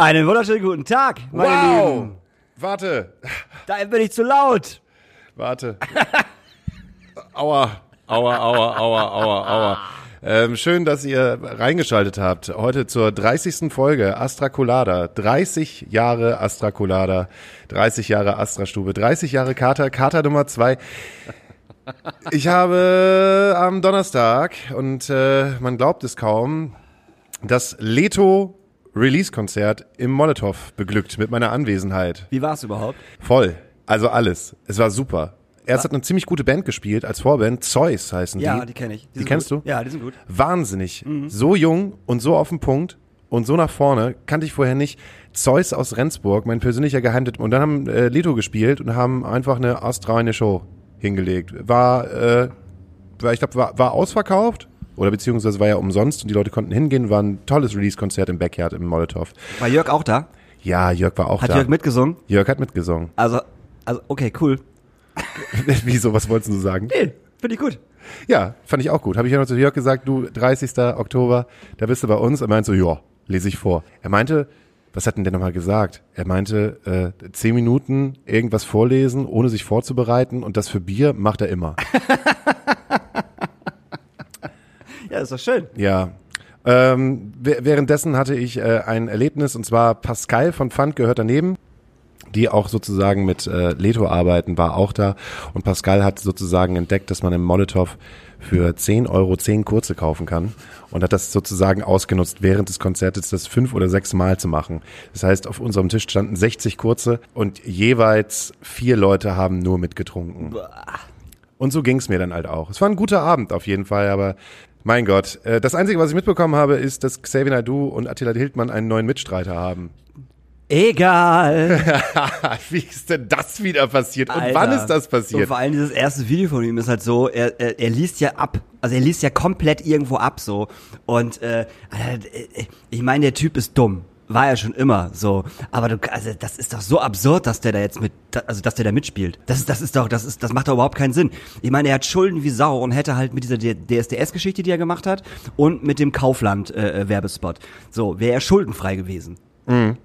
Einen wunderschönen guten Tag, meine wow! Lieben. Warte, Da bin ich zu laut. warte. aua, aua, aua, aua, aua, aua. Ähm, schön, dass ihr reingeschaltet habt. Heute zur 30. Folge Astra Colada. 30 Jahre Astra Colada, 30 Jahre Astra Stube, 30 Jahre Kater, Kater Nummer 2. Ich habe am Donnerstag, und äh, man glaubt es kaum, das Leto Release-Konzert im Molotow beglückt mit meiner Anwesenheit. Wie war es überhaupt? Voll. Also alles. Es war super. Erst hat eine ziemlich gute Band gespielt als Vorband. Zeus heißen Ja, die. die Mhm. kenne ich. Die, sind kennst gut. du? Ja, die sind gut. Wahnsinnig. So jung und so auf den Punkt und so nach vorne kannte ich vorher nicht. Zeus aus Rendsburg, mein persönlicher Geheimtipp. Und dann haben äh, Leto gespielt und haben einfach eine australische Show hingelegt. War, äh, war ich glaube, war, war ausverkauft. Oder beziehungsweise war ja umsonst und die Leute konnten hingehen, war ein tolles Release-Konzert im Backyard im Molotow. War Jörg auch da? Ja, Jörg war auch Hat da. Jörg mitgesungen? Jörg hat mitgesungen. Also, also okay, cool. Wieso, was wolltest du sagen? Nee, finde ich gut. Ja, fand ich auch gut. Habe ich ja noch zu Jörg gesagt, du 30. Oktober, da bist du bei uns. Er meinte so, ja, lese ich vor. Er meinte, was hat denn der nochmal gesagt? Er meinte, äh, zehn Minuten irgendwas vorlesen, ohne sich vorzubereiten und das für Bier macht er immer. Ja, ist doch schön. Ja. Ähm, wä- währenddessen hatte ich äh, ein Erlebnis und zwar Pascal von Pfand gehört daneben, die auch sozusagen mit äh, Leto arbeiten, war auch da und Pascal hat sozusagen entdeckt, dass man im Molotow für 10 Euro 10 Kurze kaufen kann und hat das sozusagen ausgenutzt, während des Konzertes das fünf oder sechs Mal zu machen. Das heißt, auf unserem Tisch standen 60 Kurze und jeweils vier Leute haben nur mitgetrunken. Und so ging's mir dann halt auch. Es war ein guter Abend auf jeden Fall, aber mein Gott. Äh, Das Einzige, was ich mitbekommen habe, ist, dass Xavier Naidu und Attila Hildmann einen neuen Mitstreiter haben. Egal. Ah, Wie ist denn das wieder passiert? Und Alter. wann ist das Und passiert? vor allem dieses erste Video von ihm ist halt so, er, er, er liest ja ab. Also er liest ja komplett irgendwo ab so. Und äh, Alter, äh, ich meine, der Typ ist dumm. War er schon immer so. Aber du, also das ist doch so absurd, dass der da jetzt mit, da- also dass der da mitspielt. Das, das ist doch, das ist, das macht doch überhaupt keinen Sinn. Ich meine, er hat Schulden wie Sau und hätte halt mit dieser D- DSDS-Geschichte, die er gemacht hat, und mit dem Kaufland-Werbespot. so, wäre er schuldenfrei gewesen.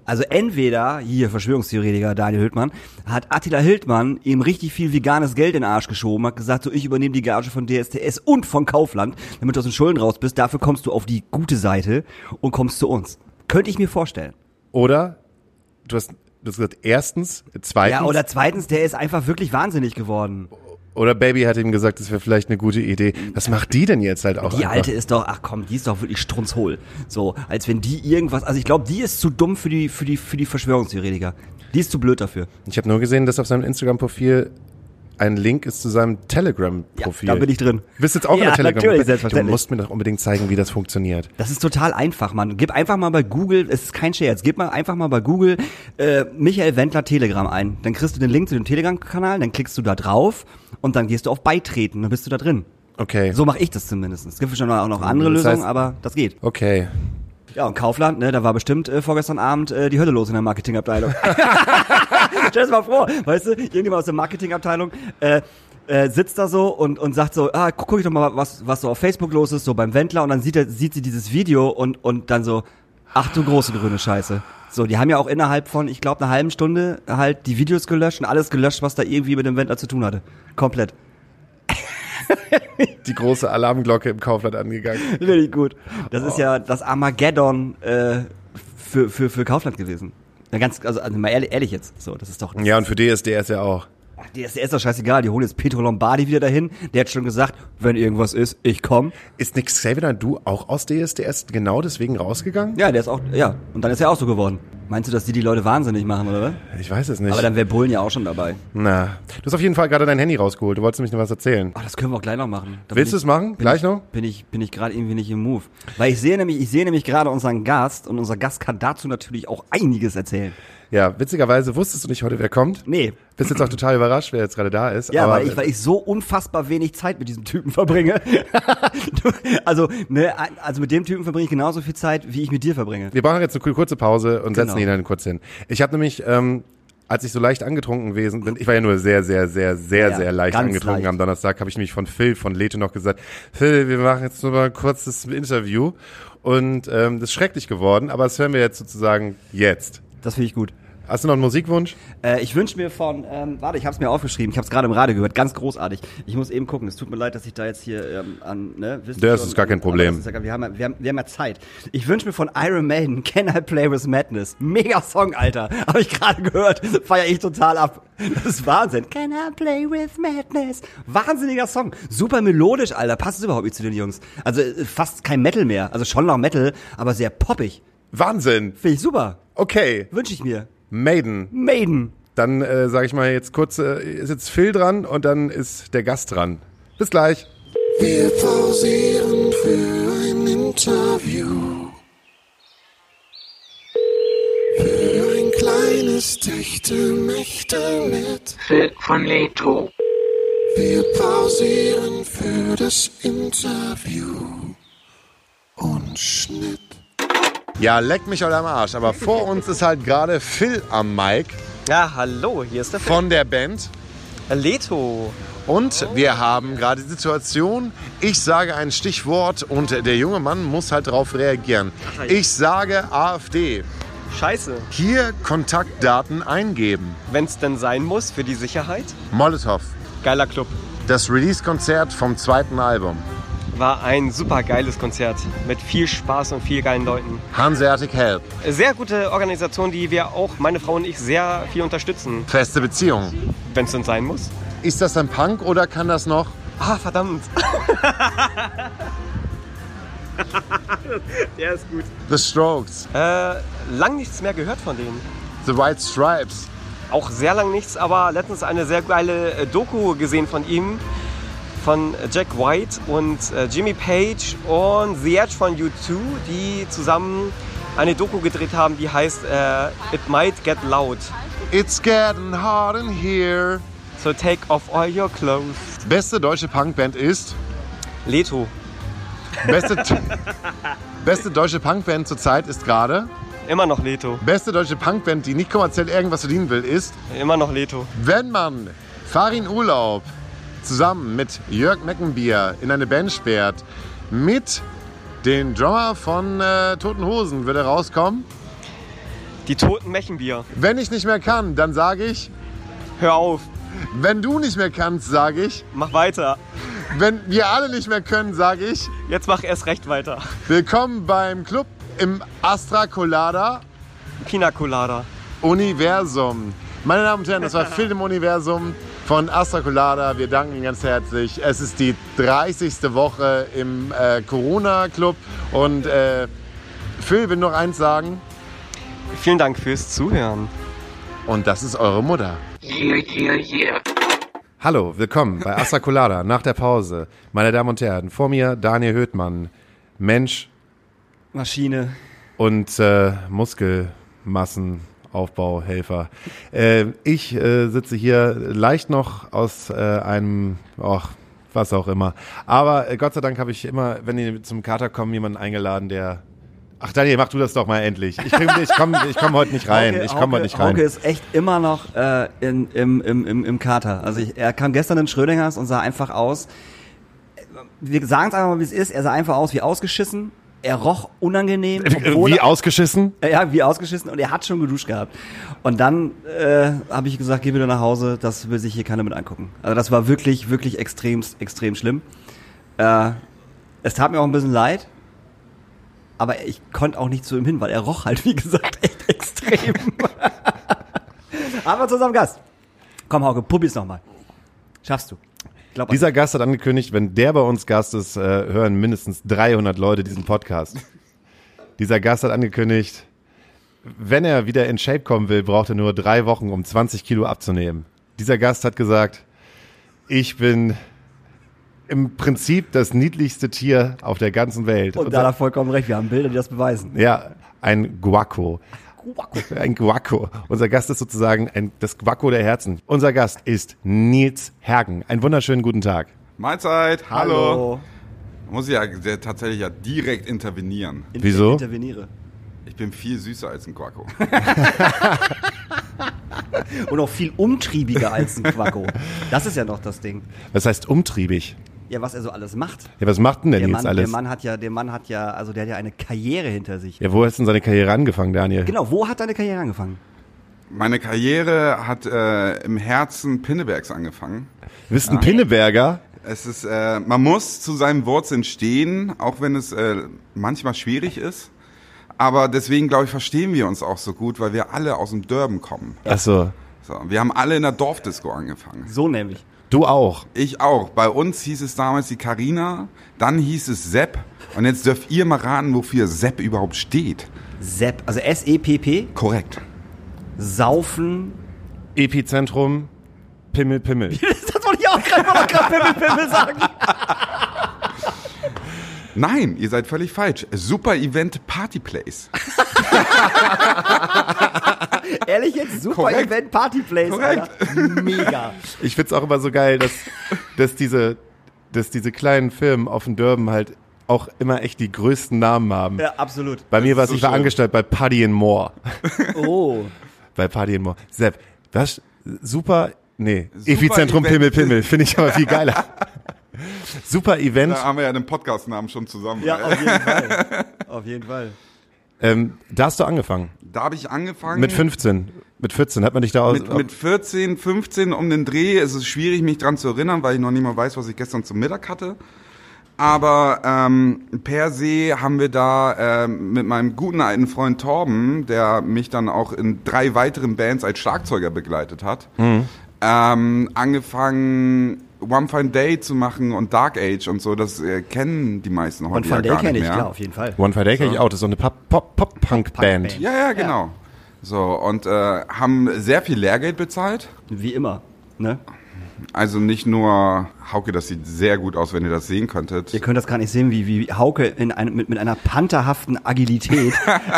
Also entweder, hier Verschwörungstheoretiker Daniel Hildmann, hat Attila Hildmann ihm richtig viel veganes Geld in den Arsch geschoben, hat gesagt, so ich übernehme die Gage von DSTS und von Kaufland, damit du aus den Schulden raus bist, dafür kommst du auf die gute Seite und kommst zu uns. Könnte ich mir vorstellen. Oder du hast, du hast gesagt, erstens, zweitens. Ja, oder zweitens, der ist einfach wirklich wahnsinnig geworden. oder Baby hat ihm gesagt, das wäre vielleicht eine gute Idee. Was macht die denn jetzt halt auch? Die einfach? alte ist doch, ach komm, die ist doch wirklich strunzhohl. So, als wenn die irgendwas, also ich glaube, die ist zu dumm für die, für die, für die Verschwörungstheoretiker. Die ist zu blöd dafür. Ich habe nur gesehen, dass auf seinem Instagram-Profil ein Link ist zu seinem Telegram-Profil. Ja, da bin ich drin. Bist jetzt auch in Ja, der telegram natürlich, Du selbstverständlich. musst mir doch unbedingt zeigen, wie das funktioniert. Das ist total einfach, Mann. Gib einfach mal bei Google, es ist kein Scherz, gib mal einfach mal bei Google äh, Michael Wendler Telegram ein. Dann kriegst du den Link zu dem Telegram-Kanal, dann klickst du da drauf und dann gehst du auf Beitreten, dann bist du da drin. Okay. So mache ich das zumindest. Es gibt bestimmt auch noch andere Das heißt- Lösungen, aber das geht. Okay. Ja, und Kaufland, ne, da war bestimmt äh, vorgestern Abend äh, die Hölle los in der Marketingabteilung. Stell dir mal vor, weißt du, irgendjemand aus der Marketingabteilung äh, äh, sitzt da so und, und sagt so, ah, guck, guck ich doch mal, was, was so auf Facebook los ist, so beim Wendler. Und dann sieht, er, sieht sie dieses Video und, und dann so, ach du große grüne Scheiße. So, die haben ja auch innerhalb von, ich glaube, einer halben Stunde halt die Videos gelöscht und alles gelöscht, was da irgendwie mit dem Wendler zu tun hatte. Komplett. die große Alarmglocke im Kaufland angegangen. Richtig gut. Das ist ja das Armageddon äh, für, für, für Kaufland gewesen. Na ganz, also, also mal ehrlich, ehrlich jetzt. So, das ist doch. Ja, und für DSDS ja auch. Ach, Der ist, der ist doch scheißegal. Die holen jetzt Pietro Lombardi wieder dahin. Der hat schon gesagt, wenn irgendwas ist, ich komm. Ist Nick Xavier du auch aus DSDS genau deswegen rausgegangen? Ja, der ist auch. Ja, und dann ist er auch so geworden. Meinst du, dass die die Leute wahnsinnig machen, oder was? Ich weiß es nicht. Aber dann wäre Bullen ja auch schon dabei. Na, du hast auf jeden Fall gerade dein Handy rausgeholt. Du wolltest nämlich noch was erzählen. Ach, Ah, das können wir auch gleich noch machen. Da bin Willst du ich- es machen? Gleich noch? Bin ich, bin ich gerade irgendwie nicht im Move. Weil ich sehe nämlich, ich sehe nämlich gerade unseren Gast und unser Gast kann dazu natürlich auch einiges erzählen. Ja, witzigerweise wusstest du nicht heute, wer kommt. Nee, Bist jetzt auch total überrascht, wer jetzt gerade da ist. Ja, aber weil, ich, weil ich so unfassbar wenig Zeit mit diesem Typen verbringe. Du- also, ne, also mit dem Typen verbringe ich genauso viel Zeit, wie ich mit dir verbringe. wir brauchen jetzt eine kur- kurze Pause und setzen Genau. ihn dann kurz hin. Ich habe nämlich, ähm, als ich so leicht angetrunken gewesen bin, ich war ja nur sehr, sehr, sehr, sehr, Ja, sehr leicht ganz angetrunken leicht. am Donnerstag, habe ich nämlich von Phil, von Lete noch gesagt, Phil, wir machen jetzt nur mal ein kurzes Interview. Und ähm, das ist schrecklich geworden, aber das hören wir jetzt sozusagen jetzt. Das finde ich gut. Hast du noch einen Musikwunsch? Äh, ich wünsche mir von, ähm, warte, ich habe es mir aufgeschrieben, ich habe es gerade im Radio gehört, ganz großartig. Ich muss eben gucken, es tut mir leid, dass ich da jetzt hier ähm, an, ne, wisst Das schon, ist gar kein aber Problem. das ist ja gar- wir, haben, ja- wir, haben, wir haben ja Zeit. Ich wünsche mir von Iron Maiden, Can I Play With Madness? Mega Song, Alter. Habe ich gerade gehört, feiere ich total ab. Das ist Wahnsinn. Can I Play With Madness? Wahnsinniger Song. Super melodisch, Alter. Passt es überhaupt nicht zu den Jungs. Also äh, fast kein Metal mehr. Also schon noch Metal, aber sehr poppig. Wahnsinn. Finde ich super. Okay, Wünsche ich mir. Maiden. Maiden. Dann äh, sage ich mal jetzt kurz, äh, ist jetzt Phil dran und dann ist der Gast dran. Bis gleich. Wir pausieren für ein Interview. Für ein kleines Dichte Mächte mit. Phil von Leto. Wir pausieren für das Interview. Und Schnitt. Ja, leck mich heute am Arsch, aber vor uns ist halt gerade Phil am Mic Ja, hallo, hier ist der von der Band. Leto. Und wir haben gerade die Situation, ich sage ein Stichwort und der junge Mann muss halt darauf reagieren. Ich sage AfD. Scheiße. Hier Kontaktdaten eingeben. Wenn's denn sein muss für die Sicherheit. Molotow, Geiler Club. das Release-Konzert vom zweiten Album. War ein super geiles Konzert mit viel Spaß und viel geilen Leuten. Hanseatic Help, Sehr gute Organisation, die wir auch, meine Frau und ich, sehr viel unterstützen, feste Beziehung. wenn's denn sein muss. Ist das ein Punk oder kann das noch? Ah, verdammt. Der ist gut. The Strokes, Äh, lang nichts mehr gehört von denen. The White Stripes. Auch sehr lang nichts, aber letztens eine sehr geile äh, Doku gesehen von ihm, von äh, Jack White und äh, Jimmy Page und The Edge von U2, die zusammen eine Doku gedreht haben, die heißt äh, It Might Get Loud. It's getting hard in here. So take off all your clothes. Beste deutsche Punkband ist. Leto, Beste, beste deutsche Punkband zurzeit ist gerade. immer noch Leto, Beste deutsche Punkband, die nicht kommerziell irgendwas verdienen will, ist, immer noch Leto. wenn man Farin Urlaub zusammen mit Jörg Meckenbier in eine Band sperrt, mit dem Drummer von äh, Toten Hosen würde rauskommen. Die toten Mechenbier. Wenn ich nicht mehr kann, dann sage ich, Hör auf, wenn du nicht mehr kannst, sage ich, mach weiter. wenn wir alle nicht mehr können, sage ich, Jetzt mach erst recht weiter. willkommen beim Club im Astra Colada Pina Colada. Universum. Meine Damen und Herren, das war Film im Universum von Astra Colada. Wir danken Ihnen ganz herzlich. Es ist die 30. Woche im äh, Corona-Club. Und äh, Phil will noch eins sagen. Vielen Dank fürs Zuhören. Und das ist eure Mutter. Yeah, yeah, yeah. Hallo, willkommen bei Astra Colada nach der Pause. Meine Damen und Herren, vor mir Daniel Höhtmann, Mensch Maschine. und äh, Muskelmassenaufbauhelfer. Äh, ich äh, sitze hier leicht noch aus äh, einem, ach, was auch immer. Aber äh, Gott sei Dank habe ich immer, wenn die zum Kater kommen, jemanden eingeladen, der. Ach Daniel, mach du das doch mal endlich. Ich, krieg- ich komme ich komm heute nicht rein. Hauke- ich komme Hauke- heute nicht rein. Hauke ist echt immer noch äh, in, im, im, im, im Kater. Also ich, er kam gestern in Schrödingers und sah einfach aus. Wir sagen es einfach mal, wie es ist. Er sah einfach aus wie ausgeschissen. Er roch unangenehm. obwohl Wie ausgeschissen? er, ja, wie ausgeschissen. Und er hat schon geduscht gehabt. Und dann äh, habe ich gesagt, geh wieder nach Hause. Das will sich hier keiner mit angucken. Also das war wirklich, wirklich extrem, extrem schlimm. Äh, es tat mir auch ein bisschen leid. Aber ich konnte auch nicht zu ihm hin, weil er roch halt, wie gesagt, echt extrem. Aber zusammen Gast. Komm, Hauke, probier's nochmal. Schaffst du. Glaub an Dieser Gast hat angekündigt, wenn der bei uns Gast ist, äh, hören mindestens 300 Leute diesen Podcast. Dieser Gast hat angekündigt, wenn er wieder in Shape kommen will, braucht er nur drei Wochen, um 20 Kilo abzunehmen. Dieser Gast hat gesagt, ich bin im Prinzip das niedlichste Tier auf der ganzen Welt. Und da hat er vollkommen recht. Wir haben Bilder, die das beweisen. ja, ein Guaco. Ein Guaco. Unser Gast ist sozusagen ein, das Guaco der Herzen. Unser Gast ist Nils Hergen. Einen wunderschönen guten Tag. Mahlzeit, hallo. Muss ich ja sehr- tatsächlich ja direkt intervenieren. In- Wieso? Interveniere. Ich bin viel süßer als ein Quacko. Und auch viel umtriebiger als ein Quacko. Das ist ja noch das Ding. Das heißt umtriebig. Ja, was er so alles macht. Ja, was macht denn der, Der jetzt Mann, alles? der Mann hat ja, der Mann hat ja, also der hat ja eine Karriere hinter sich. ja, wo hast denn seine Karriere angefangen, Daniel? Genau, wo hat deine Karriere angefangen? Meine Karriere hat äh, im Herzen Pinnebergs angefangen. Du bist ein Pinneberger. Es ist, äh, man muss zu seinen Wurzeln stehen, auch wenn es äh, manchmal schwierig ist. Aber deswegen, glaube ich, verstehen wir uns auch so gut, weil wir alle aus dem Dörben kommen. Ach so, So, wir haben alle in der Dorfdisco angefangen. So nämlich. du auch. Ich auch. Bei uns hieß es damals die Karina, dann hieß es Sepp. Und jetzt dürft ihr mal raten, wofür Sepp überhaupt steht. Sepp, also S-E-P-P, Korrekt. Saufen. Epizentrum, Pimmel, Pimmel. Das wollte ich auch gerade noch gerade Pimmel, Pimmel sagen. Nein, ihr seid völlig falsch. Super Event Party Place. Ehrlich jetzt, super Korrekt. Event Party Place, Korrekt. Alter. Mega. Ich find's auch immer so geil, dass, dass, diese, dass diese kleinen Firmen auf dem Dörben halt auch immer echt die größten Namen haben. Ja, absolut. Bei mir war es, so ich war schön. angestellt bei Paddy and More. Oh. Bei Paddy and More. Sepp, das super, nee, Super Epizentrum Event. Pimmel Pimmel, finde ich aber viel geiler. super Event. Da haben wir ja den Podcastnamen schon zusammen. Ja, auf jeden Fall. Auf jeden Fall. Ähm, da hast du angefangen. Da habe ich angefangen. Mit 15. Mit 14 hat man dich da aus. mit, mit 14, 15 um den Dreh ist es schwierig, mich dran zu erinnern, weil ich noch nicht mal weiß, was ich gestern zum Mittag hatte. Aber ähm, per se haben wir da ähm, mit meinem guten alten Freund Torben, der mich dann auch in drei weiteren Bands als Schlagzeuger begleitet hat, Mhm. ähm, angefangen One Fine Day zu machen und Dark Age und so. Das äh, kennen die meisten heute Und Van ja Day gar kenne nicht ich, mehr. klar, auf jeden Fall. One Friday kenne ich auch, das ist so eine Pop- Pop- Pop-Punk-Band. Punk-Band. Ja, ja, genau. So, und äh, haben sehr viel Lehrgeld bezahlt. Wie immer. Ne? Also nicht nur, Hauke, das sieht sehr gut aus, wenn ihr das sehen könntet. Ihr könnt das gar nicht sehen, wie, wie Hauke in einem, mit, mit einer pantherhaften Agilität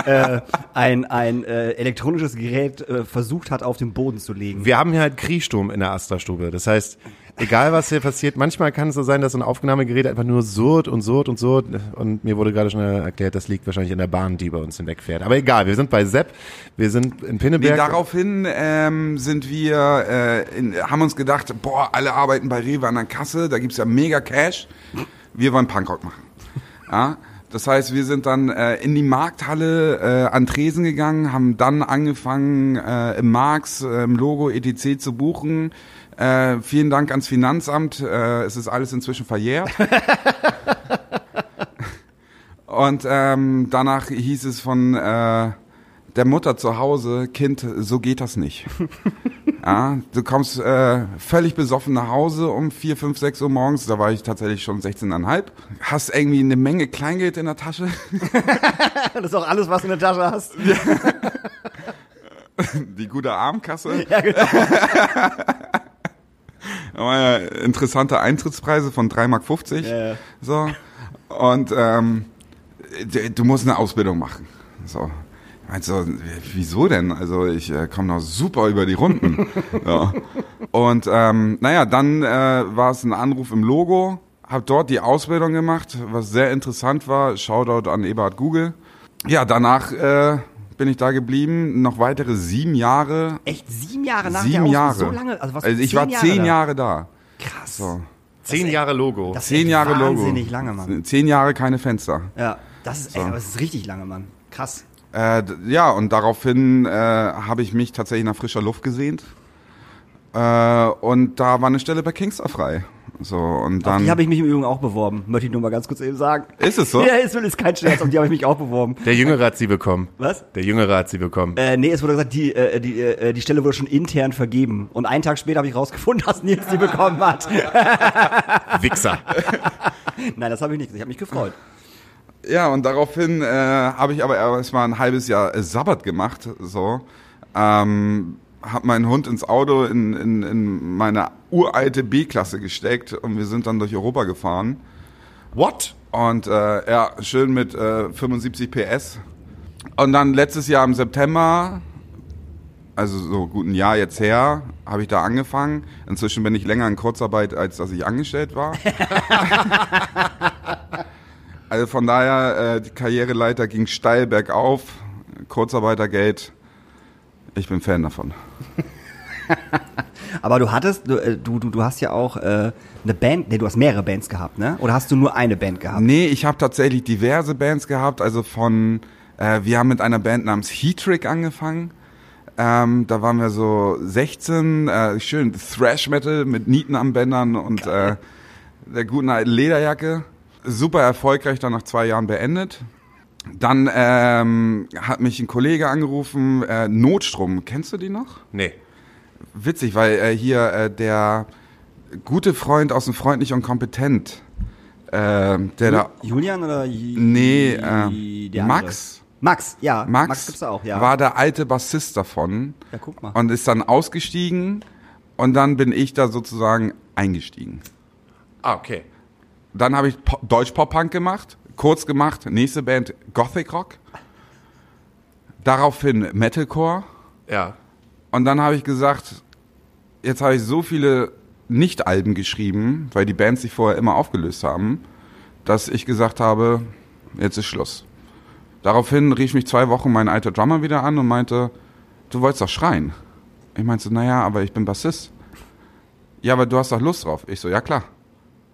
äh, ein, ein äh, elektronisches Gerät äh, versucht hat, auf den Boden zu legen. Wir haben hier halt Kriechsturm in der Astra-Stube. Das heißt, egal was hier passiert, manchmal kann es so sein, dass so ein Aufnahmegerät einfach nur surrt und surrt und surrt. Und mir wurde gerade schon erklärt, das liegt wahrscheinlich in der Bahn, die bei uns hinwegfährt. Aber egal, wir sind bei Sepp, wir sind in Nee, Pinneberg. daraufhin ähm, sind wir, äh, in, haben uns gedacht, boah, alle arbeiten bei Rewe an der Kasse, da gibt's ja mega Cash. Wir wollen Punkrock machen. Ja? Das heißt, wir sind dann äh, in die Markthalle äh, an Tresen gegangen, haben dann angefangen, äh, im Marx, äh, im Logo etc. zu buchen. Äh, vielen Dank ans Finanzamt, äh, es ist alles inzwischen verjährt. Und ähm, danach hieß es von äh, der Mutter zu Hause, Kind, so geht das nicht. ja, du kommst äh, völlig besoffen nach Hause um 4, 5, 6 Uhr morgens, da war ich tatsächlich schon 16,5, hast irgendwie eine Menge Kleingeld in der Tasche. Das ist auch alles, was du in der Tasche hast. Die gute Armkasse. Ja, genau. Da waren ja interessante Eintrittspreise von 3,50 Mark. Ja, ja. So. Und ähm, d- du musst eine Ausbildung machen. So. Also, wieso denn? Also, ich äh, komme noch super über die Runden. ja. Und ähm, naja, dann äh, war es ein Anruf im Logo, habe dort die Ausbildung gemacht, was sehr interessant war. Shoutout an Eberhard Google. Ja, danach äh, bin ich da geblieben, noch weitere sieben Jahre. Echt sieben Jahre nach der sieben Aus- Jahre. So lange? Also, was, ich war zehn Jahre da. da. Krass. So. Zehn Jahre Logo. Das ist Zehn echt Jahre Logo. Wahnsinnig lange, Mann. Zehn Jahre keine Fenster. Ja, das ist, ey, aber es ist richtig lange, Mann. Krass. Äh, d- ja, und daraufhin äh, habe ich mich tatsächlich nach frischer Luft gesehnt. Äh, und da war eine Stelle bei Kingstar frei. So, und Auf dann. die habe ich mich im Übrigen auch beworben. Möchte ich nur mal ganz kurz eben sagen. Ist es so? Ja, ist, ist kein Scherz. Auf die habe ich mich auch beworben. Der Jüngere hat sie bekommen. Was? Der Jüngere hat sie bekommen. Äh, nee, es wurde gesagt, die, äh, die, äh, die Stelle wurde schon intern vergeben. Und einen Tag später habe ich rausgefunden, dass Nils die bekommen hat. Wichser. Nein, das habe ich nicht gesehen. Ich habe mich gefreut. Ja, und daraufhin äh, habe ich aber erstmal ein halbes Jahr äh, Sabbat gemacht. So. Ähm, hab meinen Hund ins Auto in, in, in meine uralte B-Klasse gesteckt und wir sind dann durch Europa gefahren. What? Und äh, ja, schön mit äh, 75 PS. Und dann letztes Jahr im September, also so gut ein Jahr jetzt her, habe ich da angefangen. Inzwischen bin ich länger in Kurzarbeit, als dass ich angestellt war. also von daher, äh, die Karriereleiter ging steil bergauf. Kurzarbeitergeld. Ich bin Fan davon. Aber du hattest, du, äh, du, du du hast ja auch äh, eine Band, nee, du hast mehrere Bands gehabt, ne? Oder hast du nur eine Band gehabt? Nee, ich habe tatsächlich diverse Bands gehabt. Also von, äh, wir haben mit einer Band namens Heatrick angefangen. Ähm, da waren wir so 16, äh, schön Thrash Metal mit Nieten am Bändern und äh, der guten alten Lederjacke. Super erfolgreich, dann nach zwei Jahren beendet. Dann ähm, hat mich ein Kollege angerufen, äh, Notstrom, kennst du die noch? Nee. Witzig, weil äh, hier äh, der gute Freund aus dem Freundlich und Kompetent, äh, der da Julian oder J- Nee, äh, der andere? Max. Max, ja. Max, Max gibt's da auch, ja. war der alte Bassist davon ja, guck mal. und ist dann ausgestiegen und dann bin ich da sozusagen eingestiegen. Ah, okay. Dann habe ich po Deutsch-Pop-Punk gemacht, kurz gemacht, nächste Band Gothic Rock, daraufhin Metalcore Ja. und dann habe ich gesagt, jetzt habe ich so viele Nicht-Alben geschrieben, weil die Bands sich vorher immer aufgelöst haben, dass ich gesagt habe, jetzt ist Schluss. Daraufhin rief mich zwei Wochen mein alter Drummer wieder an und meinte, du wolltest doch schreien. Ich meinte so, naja, aber ich bin Bassist. Ja, aber du hast doch Lust drauf. Ich so, ja klar.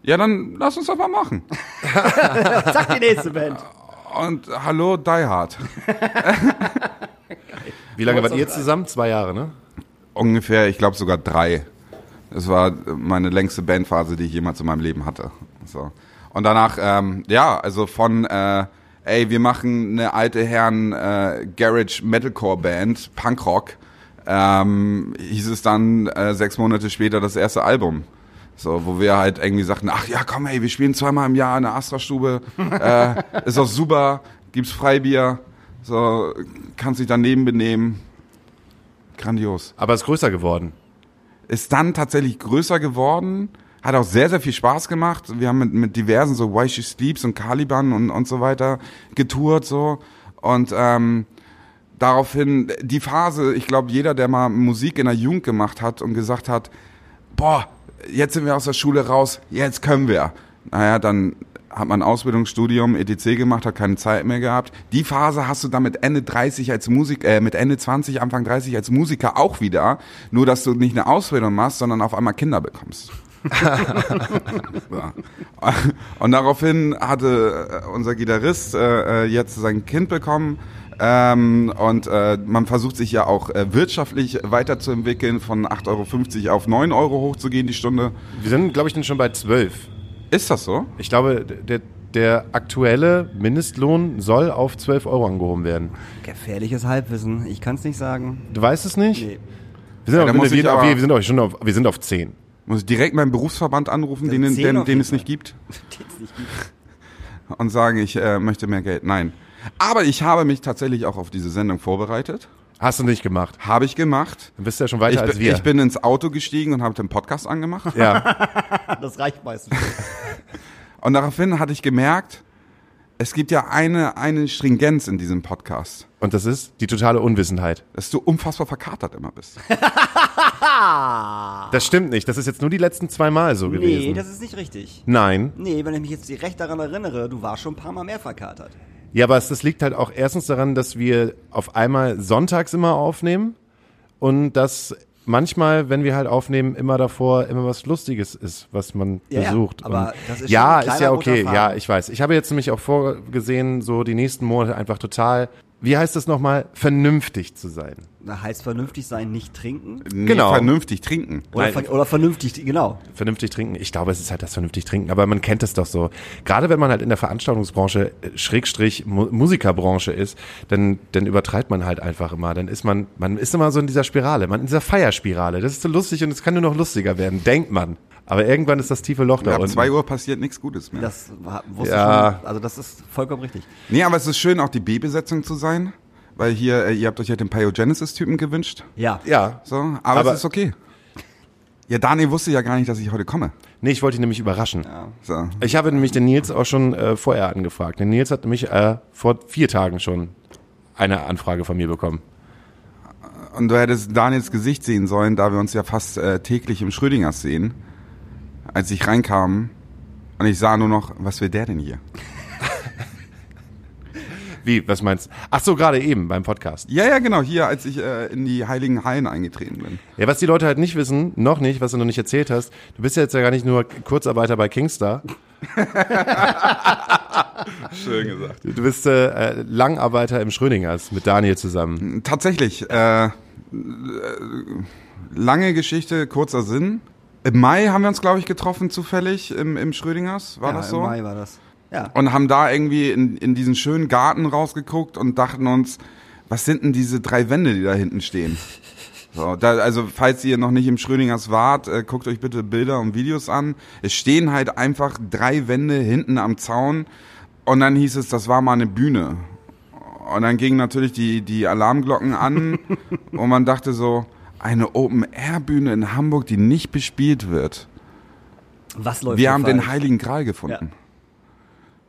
Ja, dann lass uns doch mal machen. Zack, die nächste Band. Und hallo, Die Hard. Wie lange wart ihr zusammen? Zwei Jahre, ne? Ungefähr, ich glaube sogar drei. Das war meine längste Bandphase, die ich jemals in meinem Leben hatte. So. Und danach, ähm, ja, also von, äh, ey, wir machen eine alte Herren äh, Garage Metalcore Band, Punkrock, ähm, hieß es dann äh, sechs Monate später das erste Album. So, wo wir halt irgendwie sagten, ach ja, komm, ey, wir spielen zweimal im Jahr in der Astra-Stube, äh, ist doch super, gibt's Freibier, so, kannst dich daneben benehmen. Grandios Aber ist größer geworden. ist dann tatsächlich größer geworden, hat auch sehr, sehr viel Spaß gemacht. Wir haben mit, mit diversen so Why She Sleeps und Caliban und, und so weiter getourt so und ähm, daraufhin die Phase, ich glaube, jeder, der mal Musik in der Jugend gemacht hat und gesagt hat, boah, jetzt sind wir aus der Schule raus, jetzt können wir. Naja, dann hat man Ausbildungsstudium, ETC gemacht, hat keine Zeit mehr gehabt. Die Phase hast du dann mit Ende 30 als Musik, äh, mit Ende 20, Anfang 30 als Musiker auch wieder. Nur, dass du nicht eine Ausbildung machst, sondern auf einmal Kinder bekommst. Ja. Und daraufhin hatte äh, unser Gitarrist äh, äh, jetzt sein Kind bekommen. Ähm, und äh, man versucht sich ja auch äh, wirtschaftlich weiterzuentwickeln, von 8,50 Euro auf 9 Euro hochzugehen die Stunde. Wir sind, glaube ich, dann schon bei zwölf. Ist das so? Ich glaube, der, der aktuelle Mindestlohn soll auf 12 Euro angehoben werden. Gefährliches Halbwissen, ich kann's nicht sagen. Du weißt es nicht? Nee. Wir sind, auf, da wir, muss ich sind auf, aber- wir sind auf, schon auf, wir sind auf 10. Muss ich direkt meinen Berufsverband anrufen, Dann den, zehn den, auf den jeden es nicht gibt? Steht's nicht gut. und sagen, ich äh, möchte mehr Geld. Nein. Aber ich habe mich tatsächlich auch auf diese Sendung vorbereitet. Hast du nicht gemacht. Habe ich gemacht. Dann bist du ja schon weiter Ich, als bin- wir. ich bin ins Auto gestiegen und habe den Podcast angemacht. ja. Das reicht meistens. Und daraufhin hatte ich gemerkt, es gibt ja eine, eine Stringenz in diesem Podcast, Und das ist die totale Unwissenheit. dass du unfassbar verkatert immer bist. Das stimmt nicht. Das ist jetzt nur die letzten zwei Mal so Nee, gewesen. das ist nicht richtig. Nein. Nee, wenn ich mich jetzt direkt daran erinnere, du warst schon ein paar Mal mehr verkatert. Ja, aber es, das liegt halt auch erstens daran, dass wir auf einmal sonntags immer aufnehmen und dass manchmal, wenn wir halt aufnehmen, immer davor immer was Lustiges ist, was man Ja, ja, besucht. aber und das ist ja, schon ein ist ja kleiner okay. roter Ja, Faden. ich weiß. Ich habe jetzt nämlich auch vorgesehen, so die nächsten Monate einfach total, wie heißt das nochmal, vernünftig zu sein. Da heißt vernünftig sein, nicht trinken. Nee, Genau. Vernünftig trinken. Oder, Nein. ver oder vernünftig, genau. Vernünftig trinken. Ich glaube, es ist halt das vernünftig trinken, aber man kennt es doch so. Gerade wenn man halt in der Veranstaltungsbranche, äh, Schrägstrich Mu Musikerbranche ist, dann, dann übertreibt man halt einfach immer. Dann ist man, man ist immer so in dieser Spirale, man in dieser Feierspirale. Das ist so lustig und es kann nur noch lustiger werden, denkt man. Aber irgendwann ist das tiefe Loch da Ab unten. 2 Uhr passiert nichts Gutes mehr. Das war, wusste Ja. ich schon. Also das ist vollkommen richtig. Nee, aber es ist schön, auch die B-Besetzung zu sein, weil hier, äh, ihr habt euch ja den Pyogenesis-Typen gewünscht. Ja. Ja. So, aber, Aber- es ist okay. Ja, Daniel wusste ja gar nicht, dass ich heute komme. Nee, ich wollte ihn nämlich überraschen. So. Ich habe nämlich den Nils auch schon äh, vorher angefragt. Der Nils hat nämlich äh, vor vier Tagen schon eine Anfrage von mir bekommen. Und du hättest Daniels Gesicht sehen sollen, da wir uns ja fast äh, täglich im Schrödingers sehen, als ich reinkam und ich sah nur noch, was will der denn hier? Wie, was meinst du? Ach so, gerade eben beim Podcast. Ja, ja, genau, hier, als ich äh, in die Heiligen Hallen eingetreten bin. Ja, was die Leute halt nicht wissen, noch nicht, was du noch nicht erzählt hast, du bist ja jetzt ja gar nicht nur Kurzarbeiter bei Kingstar, Schön gesagt. du bist äh, äh, Langarbeiter im Schrödingers mit Daniel Hm, zusammen. Tatsächlich, äh, äh, lange Geschichte, kurzer Sinn. Im Mai haben wir uns, glaube ich, getroffen, zufällig, im, im Schrödingers, war ja, das so? Im Mai war das. Ja. und haben da irgendwie in, in diesen schönen Garten rausgeguckt und dachten uns, was sind denn diese drei Wände, die da hinten stehen? So, da, also falls ihr noch nicht im Schrödingers wart, äh, guckt euch bitte Bilder und Videos an. Es stehen halt einfach drei Wände hinten am Zaun und dann hieß es, das war mal eine Bühne. Und dann gingen natürlich die, die Alarmglocken an und man dachte so, eine Open-Air-Bühne in Hamburg, die nicht bespielt wird. Was läuft Wir hier haben falsch? den Heiligen Gral gefunden.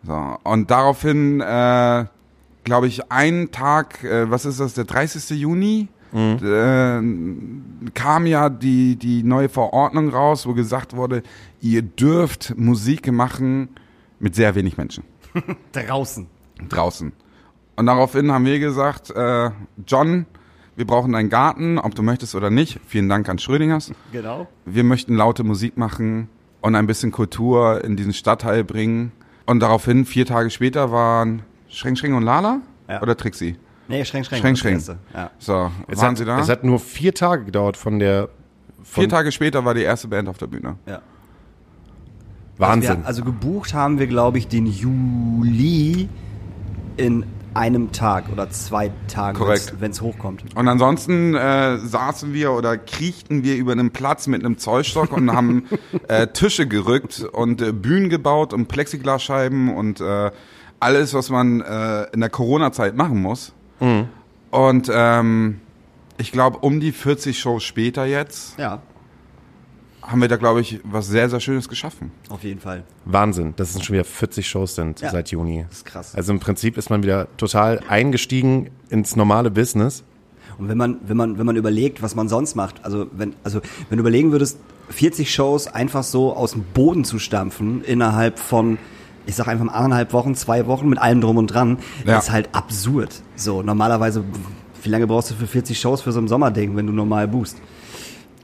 So, und daraufhin, äh, glaube ich, einen Tag, äh, was ist das, der 30. Juni, äh, kam ja die, die neue Verordnung raus, wo gesagt wurde, ihr dürft Musik machen mit sehr wenig Menschen Draußen. draußen. Und daraufhin haben wir gesagt, äh, John, wir brauchen einen Garten, ob du möchtest oder nicht. Vielen Dank an Schrödingers Genau. wir möchten laute Musik machen und ein bisschen Kultur in diesen Stadtteil bringen. Und daraufhin, vier Tage später, waren Schreng Schreng und Lala Ja. oder Trixi? Nee, Schränk, Schränk. Schreng das Schreng. erste. Ja. So, Es waren hat, sie da? Es hat nur vier Tage gedauert von der von vier Tage später war die erste Band auf der Bühne. ja. Wahnsinn. Wir, also gebucht haben wir, glaube ich, den Juli in einem Tag oder zwei Tagen, Korrekt. wenn es hochkommt. Und ansonsten äh, saßen wir oder kriechten wir über einen Platz mit einem Zollstock und haben äh, Tische gerückt und äh, Bühnen gebaut und Plexiglasscheiben und äh, alles, was man äh, in der Corona-Zeit machen muss. Mhm. Und ähm, ich glaube, um die 40 Shows später jetzt Ja, haben wir da, glaube ich, was sehr, sehr Schönes geschaffen. auf jeden Fall. Wahnsinn, dass es schon wieder 40 Shows sind Ja. seit Juni. Das ist krass. Also im Prinzip ist man wieder total eingestiegen ins normale Business. Und wenn man, wenn man, wenn man überlegt, was man sonst macht, also wenn, also wenn du überlegen würdest, 40 Shows einfach so aus dem Boden zu stampfen innerhalb von, ich sag einfach mal anderthalb Wochen, zwei Wochen mit allem drum und dran, Ja. ist halt absurd. So, normalerweise, wie lange brauchst du für 40 Shows für so ein Sommerding, wenn du normal buchst?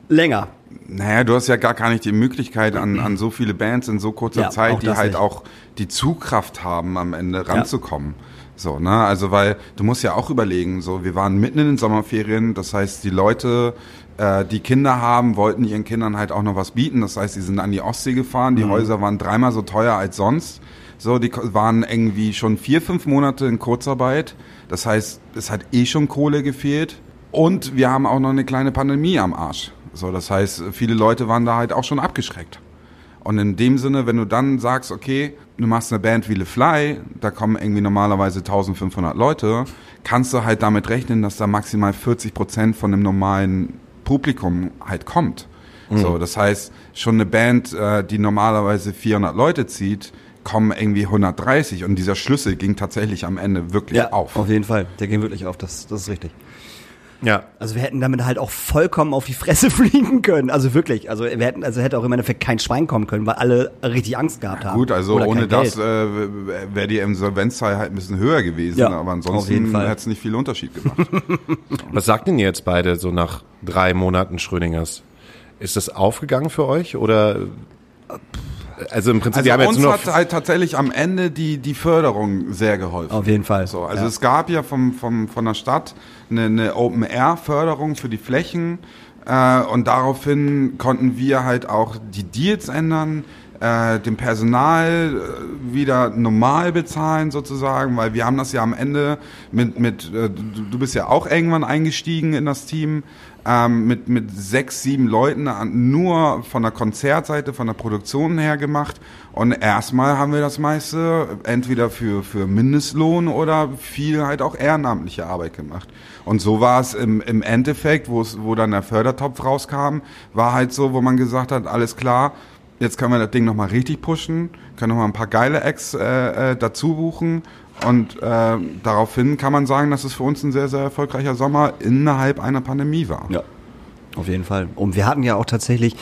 Länger. Naja, du hast ja gar, gar nicht die Möglichkeit, an, an so viele Bands in so kurzer Ja, auch Zeit, die das halt nicht. auch die Zugkraft haben, am Ende ranzukommen. So, ne? Also, weil du musst ja auch überlegen, so, wir waren mitten in den Sommerferien, das heißt, die Leute, äh, die Kinder haben, wollten ihren Kindern halt auch noch was bieten. Das heißt, sie sind an die Ostsee gefahren, die Häuser waren dreimal so teuer als sonst. So, die ko- waren irgendwie schon vier, fünf Monate in Kurzarbeit. Das heißt, es hat eh schon Kohle gefehlt. Und wir haben auch noch eine kleine Pandemie am Arsch. So, das heißt, viele Leute waren da halt auch schon abgeschreckt. Und in dem Sinne, wenn du dann sagst, okay, du machst eine Band wie Le Fly, da kommen irgendwie normalerweise 1500 Leute, kannst du halt damit rechnen, dass da maximal 40 Prozent von dem normalen Publikum halt kommt. Mhm. So, das heißt, schon eine Band, äh, die normalerweise 400 Leute zieht, kommen irgendwie 130 und dieser Schlüssel ging tatsächlich am Ende wirklich auf. auf jeden Fall. Der ging wirklich auf, das, das ist richtig. Ja, Also wir hätten damit halt auch vollkommen auf die Fresse fliegen können. Also wirklich. Also wir hätten, also hätte auch im Endeffekt kein Schwein kommen können, weil alle richtig Angst gehabt haben. Gut, also Oder ohne kein das Geld. äh, wäre die Insolvenzzahl halt ein bisschen höher gewesen, Ja, aber auf jeden ansonsten Fall. hat es nicht viel Unterschied gemacht. was sagt denn ihr jetzt beide so nach drei Monaten Schrödingers? Ist das aufgegangen für euch oder? Also im Prinzip, Also wir haben uns jetzt nur noch hat halt tatsächlich am Ende die, die Förderung sehr geholfen. Oh, Auf jeden Fall. So, also Ja. es gab ja vom, vom, von der Stadt eine, eine Open-Air-Förderung für die Flächen äh, und daraufhin konnten wir halt auch die Deals ändern, äh, dem Personal äh, wieder normal bezahlen sozusagen, weil wir haben das ja am Ende mit, mit äh, du, du bist ja auch irgendwann eingestiegen in das Team, ähm, mit, mit sechs, sieben Leuten an, nur von der Konzertseite, von der Produktion her gemacht. Und erstmal haben wir das meiste entweder für, für Mindestlohn oder viel halt auch ehrenamtliche Arbeit gemacht. Und so war es im, im Endeffekt, wo es, wo dann der Fördertopf rauskam, war halt so, wo man gesagt hat, alles klar, jetzt können wir das Ding nochmal richtig pushen, können nochmal ein paar geile Acts äh, äh, dazu buchen. Und äh, daraufhin kann man sagen, dass es für uns ein sehr, sehr erfolgreicher Sommer innerhalb einer Pandemie war. Ja, auf jeden Fall. Und wir hatten ja auch tatsächlich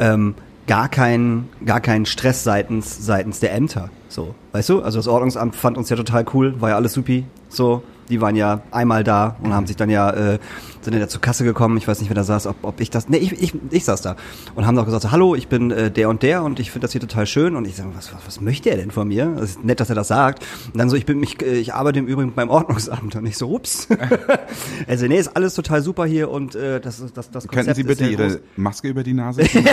ähm, gar keinen gar keinen Stress seitens seitens der Ämter. So, weißt du? Also das Ordnungsamt fand uns ja total cool, war ja alles supi. So, die waren ja einmal da und haben sich dann ja, äh, sind ja da zur Kasse gekommen. Ich weiß nicht, wer da saß, ob, ob ich das. Nee, ich, ich, ich saß da. Und haben auch gesagt, so, hallo, ich bin äh, der und der und ich finde das hier total schön. Und ich sage, was, was, was möchte er denn von mir? Das ist nett, dass er das sagt. Und dann so, ich bin mich, äh, ich arbeite im Übrigen beim Ordnungsamt. Und ich so, ups. also, nee, ist alles total super hier und äh, das, das, das Konzept Könnten Sie ist bitte sehr Ihre groß. Maske über die Nase ziehen?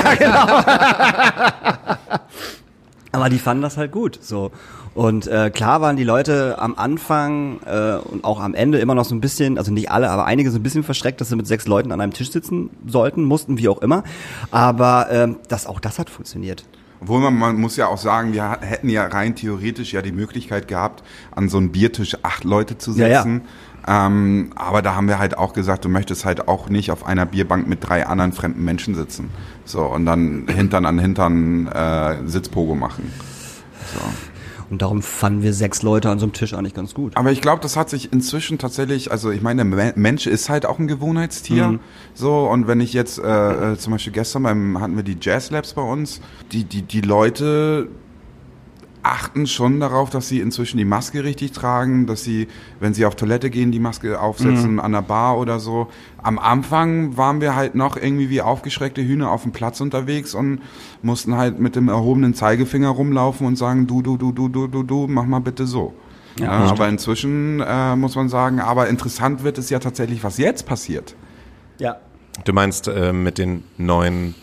Aber die fanden das halt gut, so. Und äh, klar waren die Leute am Anfang äh, und auch am Ende immer noch so ein bisschen, also nicht alle, aber einige so ein bisschen verschreckt, dass sie mit sechs Leuten an einem Tisch sitzen sollten, mussten, wie auch immer. Aber ähm, das, auch das hat funktioniert. Obwohl man, man muss ja auch sagen, wir hätten ja rein theoretisch ja die Möglichkeit gehabt, an so einen Biertisch acht Leute zu Ja, ja. setzen. Ähm, aber da haben wir halt auch gesagt, du möchtest halt auch nicht auf einer Bierbank mit drei anderen fremden Menschen sitzen. So, und dann Hintern an Hintern äh, Sitzpogo machen. Und darum fanden wir sechs Leute an so einem Tisch eigentlich ganz gut. Aber ich glaube, das hat sich inzwischen tatsächlich, also ich meine, der Me- Mensch ist halt auch ein Gewohnheitstier. Mhm. So, und wenn ich jetzt äh, äh, zum Beispiel gestern beim, hatten wir die Jazz Labs bei uns, die, die, die Leute achten schon darauf, dass sie inzwischen die Maske richtig tragen, dass sie, wenn sie auf Toilette gehen, die Maske aufsetzen an der Bar oder so. Am Anfang waren wir halt noch irgendwie wie aufgeschreckte Hühner auf dem Platz unterwegs und mussten halt mit dem erhobenen Zeigefinger rumlaufen und sagen, du, du, du, du, du, du, du, mach mal bitte so. Ja, aber inzwischen äh, muss man sagen, aber interessant wird es ja tatsächlich, was jetzt passiert. Ja. Du meinst äh, mit den neuen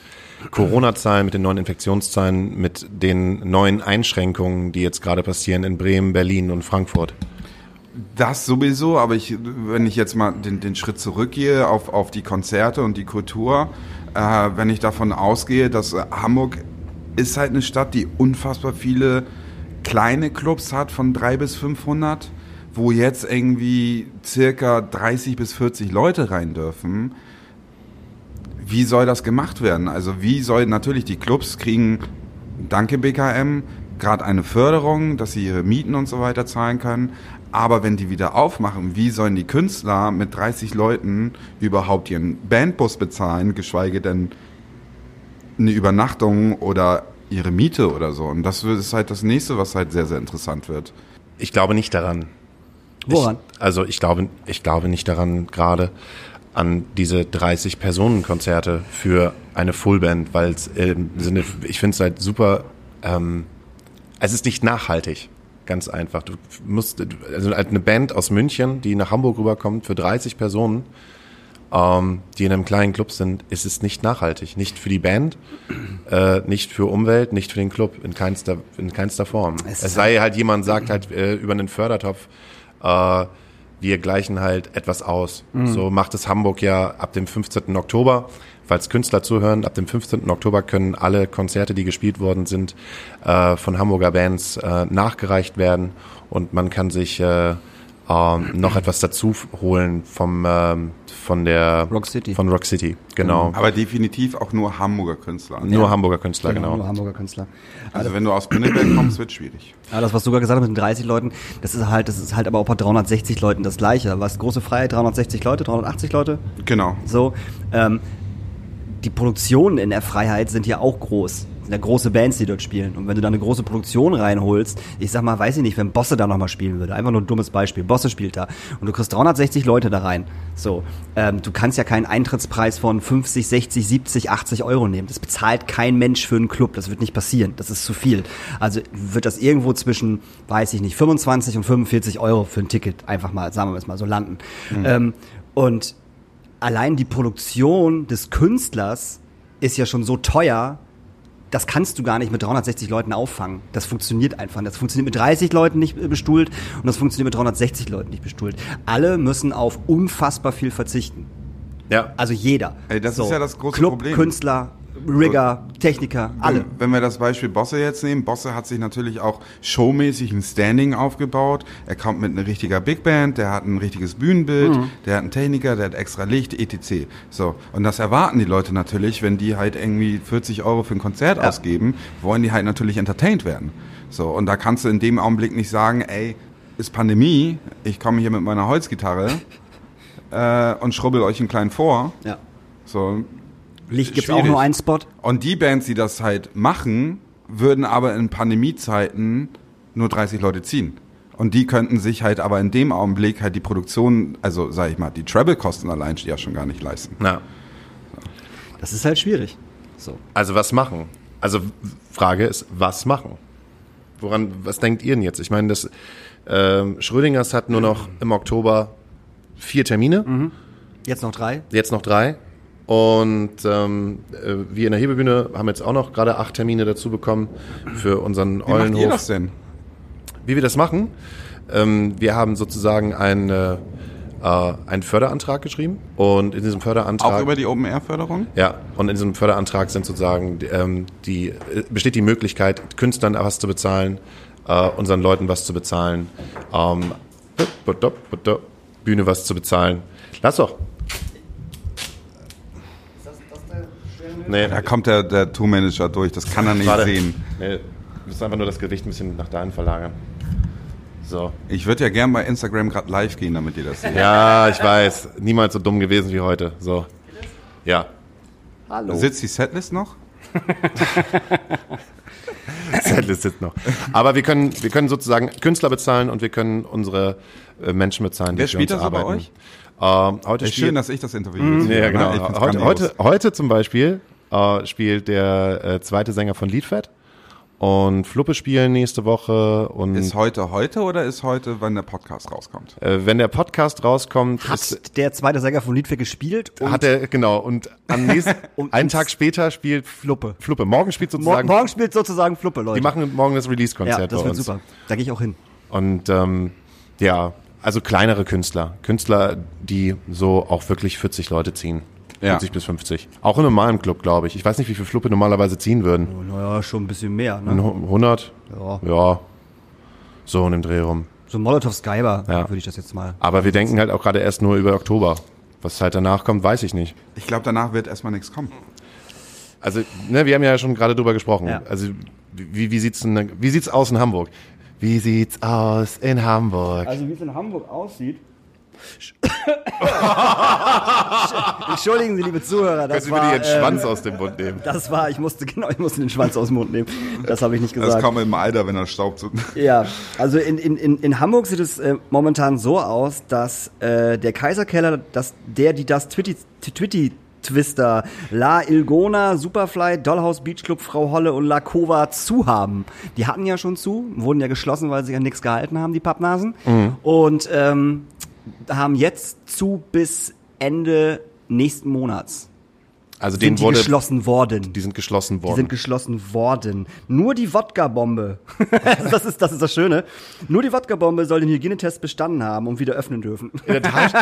Corona-Zahlen, mit den neuen Infektionszahlen, mit den neuen Einschränkungen, die jetzt gerade passieren in Bremen, Berlin und Frankfurt. Das sowieso, aber ich, wenn ich jetzt mal den, den Schritt zurückgehe auf, auf die Konzerte und die Kultur, äh, wenn ich davon ausgehe, dass äh, Hamburg ist halt eine Stadt, die unfassbar viele kleine Clubs hat, von 300 bis 500, wo jetzt irgendwie circa 30 bis 40 Leute rein dürfen wie soll das gemacht werden? Also wie soll natürlich die Clubs kriegen, danke BKM, gerade eine Förderung, dass sie ihre Mieten und so weiter zahlen können. Aber wenn die wieder aufmachen, wie sollen die Künstler mit 30 Leuten überhaupt ihren Bandbus bezahlen, geschweige denn eine Übernachtung oder ihre Miete oder so? Und das ist halt das nächste, was halt sehr, sehr interessant wird. Ich glaube nicht daran. Woran? Ich, also ich glaube, ich glaube nicht daran gerade an diese 30 Personen Konzerte für eine Fullband, weil es im Sinne, ich finde es halt super. Ähm, es ist nicht nachhaltig, ganz einfach. Du musst also halt eine Band aus München, die nach Hamburg rüberkommt für 30 Personen, ähm, die in einem kleinen Club sind, ist es nicht nachhaltig, nicht für die Band, äh, nicht für Umwelt, nicht für den Club in keinster in keinster Form. Es Es, ist sei halt jemand sagt halt äh, über einen Fördertopf. Äh, wir gleichen halt etwas aus. So macht es Hamburg ja ab dem 15. Oktober. Falls Künstler zuhören, ab dem 15. Oktober können alle Konzerte, die gespielt worden sind, äh, von Hamburger Bands äh, nachgereicht werden und man kann sich äh, ähm, noch etwas dazu f- holen vom ähm, von der Rock City. Von Rock City, genau. Mhm. Aber definitiv auch nur Hamburger Künstler. Nur Hamburger Künstler, genau. Nur Hamburger Künstler. Also wenn du aus Pinneberg kommst, wird schwierig. Aber das, was du gerade gesagt hast mit den 30 Leuten, das ist halt, das ist halt aber auch bei 360 Leuten das Gleiche. Was große Freiheit, 360 Leute, 380 Leute, Genau. So, ähm, die Produktionen in der Freiheit sind ja auch groß. Sind ja große Bands, die dort spielen. Und wenn du da eine große Produktion reinholst, ich sag mal, weiß ich nicht, wenn Bosse da nochmal spielen würde, einfach nur ein dummes Beispiel. Bosse spielt da. Und du kriegst 360 Leute da rein. So, ähm, du kannst ja keinen Eintrittspreis von 50, 60, 70, 80 Euro nehmen. Das bezahlt kein Mensch für einen Club. Das wird nicht passieren. Das ist zu viel. Also wird das irgendwo zwischen, weiß ich nicht, 25 und 45 Euro für ein Ticket einfach mal, sagen wir es mal, so landen. Ähm, und allein die Produktion des Künstlers ist ja schon so teuer, das kannst du gar nicht mit 360 Leuten auffangen. Das funktioniert einfach. nicht. Das funktioniert mit 30 Leuten nicht äh, bestuhlt und das funktioniert mit 360 Leuten nicht bestuhlt. Alle müssen auf unfassbar viel verzichten. Ja, Also jeder. Ey, das ist ja das große Club, Problem. Künstler, Rigger, Techniker, alle. Wenn, wenn wir das Beispiel Bosse jetzt nehmen, Bosse hat sich natürlich auch showmäßig ein Standing aufgebaut. Er kommt mit einer richtiger Big Band, der hat ein richtiges Bühnenbild, Mhm. der hat einen Techniker, der hat extra Licht, etc. So. Und das erwarten die Leute natürlich, wenn die halt irgendwie 40 Euro für ein Konzert ausgeben, wollen die halt natürlich entertained werden. So. Und da kannst du in dem Augenblick nicht sagen, ey, ist Pandemie, ich komme hier mit meiner Holzgitarre, äh, und schrubbel euch einen kleinen vor. Ja. So. Licht gibt's auch schwierig. nur einen Spot. Und die Bands, die das halt machen, würden aber in Pandemiezeiten nur 30 Leute ziehen. Und die könnten sich halt aber in dem Augenblick halt die Produktion, also sag ich mal, die Travel-Kosten allein ja schon gar nicht leisten. Na, Das ist halt schwierig. So. also was machen? Also w- Frage ist, was machen? Woran, was denkt ihr denn jetzt? Ich meine, das ähm, Schrödingers hat nur noch im Oktober vier Termine, Mhm. Jetzt noch drei. jetzt noch drei. Und ähm, äh, wir in der Hebebühne haben jetzt auch noch gerade acht Termine dazu bekommen für unseren Wie macht ihr Eulenhof. das denn? wie wir das machen. Ähm, wir haben sozusagen einen, äh, äh, einen Förderantrag geschrieben und in diesem Förderantrag Auch über die Open-Air-Förderung? ja und in diesem Förderantrag sind sozusagen ähm, die äh, besteht die Möglichkeit Künstlern was zu bezahlen, äh, unseren Leuten was zu bezahlen, ähm, Bühne was zu bezahlen. Lass doch. Nee, Da kommt der, der Tourmanager durch, das kann er nicht warte. sehen. Nee, wir müssen einfach nur das Gewicht ein bisschen nach dahin verlagern. So. Ich würde ja gern bei Instagram gerade live gehen, damit ihr das seht. Ja, ich weiß. Niemals so dumm gewesen wie heute. So. Ja. Sitzt die Setlist noch? Setlist sitzt noch. Aber wir können, wir können sozusagen Künstler bezahlen und wir können unsere äh, Menschen bezahlen, die Wer für spielt uns da so bei arbeiten. Ähm, heute Ist schön, spielt, dass ich das Interview mhm. ja, genau. heute, heute, heute zum Beispiel äh, spielt der äh, zweite Sänger von Liedfett und Fluppe spielen nächste Woche und Ist heute heute oder ist heute, wann der Podcast rauskommt? äh, wenn der Podcast rauskommt, ist, Hat der zweite Sänger von Liedwerk gespielt und hat er genau und am nächsten Und- einen Tag später spielt Fluppe. Fluppe. Morgen spielt Mor sozusagen morgen spielt sozusagen Fluppe, Leute. Die machen morgen das ja, Release-Konzert das bei wird uns. super. Da gehe ich auch hin. Und ähm, ja, also kleinere Künstler. Künstler, die so auch wirklich 40 Leute ziehen. Ja. 40 bis 50. Auch in normalem Club, glaube ich. Ich weiß nicht, wie viel Fluppe normalerweise ziehen würden. Naja, schon ein bisschen mehr. Mhm. Ne? 100? Ja. Ja. So in dem Dreh rum. So Molotov Skyber Ja. würde ich das jetzt mal. Aber wir denken halt auch gerade erst nur über Oktober. Was halt danach kommt, weiß ich nicht. Ich glaube, danach wird erstmal nichts kommen. Also, ne, wir haben ja schon gerade drüber gesprochen. Ja. Also, wie, wie sieht's denn, wie sieht's aus in Hamburg? Wie sieht's aus in Hamburg? wie es in Hamburg aussieht. Entschuldigen Sie, liebe Zuhörer, Können das Sie mir war, den Schwanz ähm, aus dem Mund nehmen? das war, ich musste genau, ich musste den Schwanz aus dem Mund nehmen. Das habe ich nicht Das gesagt. kommt im Alter, wenn er staubt. Ja, also in, in, in, in Hamburg sieht es äh, momentan so aus, dass äh, der Kaiserkeller, dass der, die das Twitty, Twitty Twister, La Ilgona, Superfly, Dollhouse Beach Club, Frau Holle und La Cova zu haben. Die hatten ja schon zu, wurden ja geschlossen, weil sie an nichts gehalten haben, die Pappnasen. Mhm. Und ähm, haben jetzt zu bis Ende nächsten Monats. Also Sind den die wurde, geschlossen worden. die sind geschlossen Die sind worden. geschlossen worden. Nur die Wodka-Bombe. das, ist, das ist das Schöne. Nur die Wodka-Bombe soll den Hygienetest bestanden haben und wieder öffnen dürfen. in der Tal-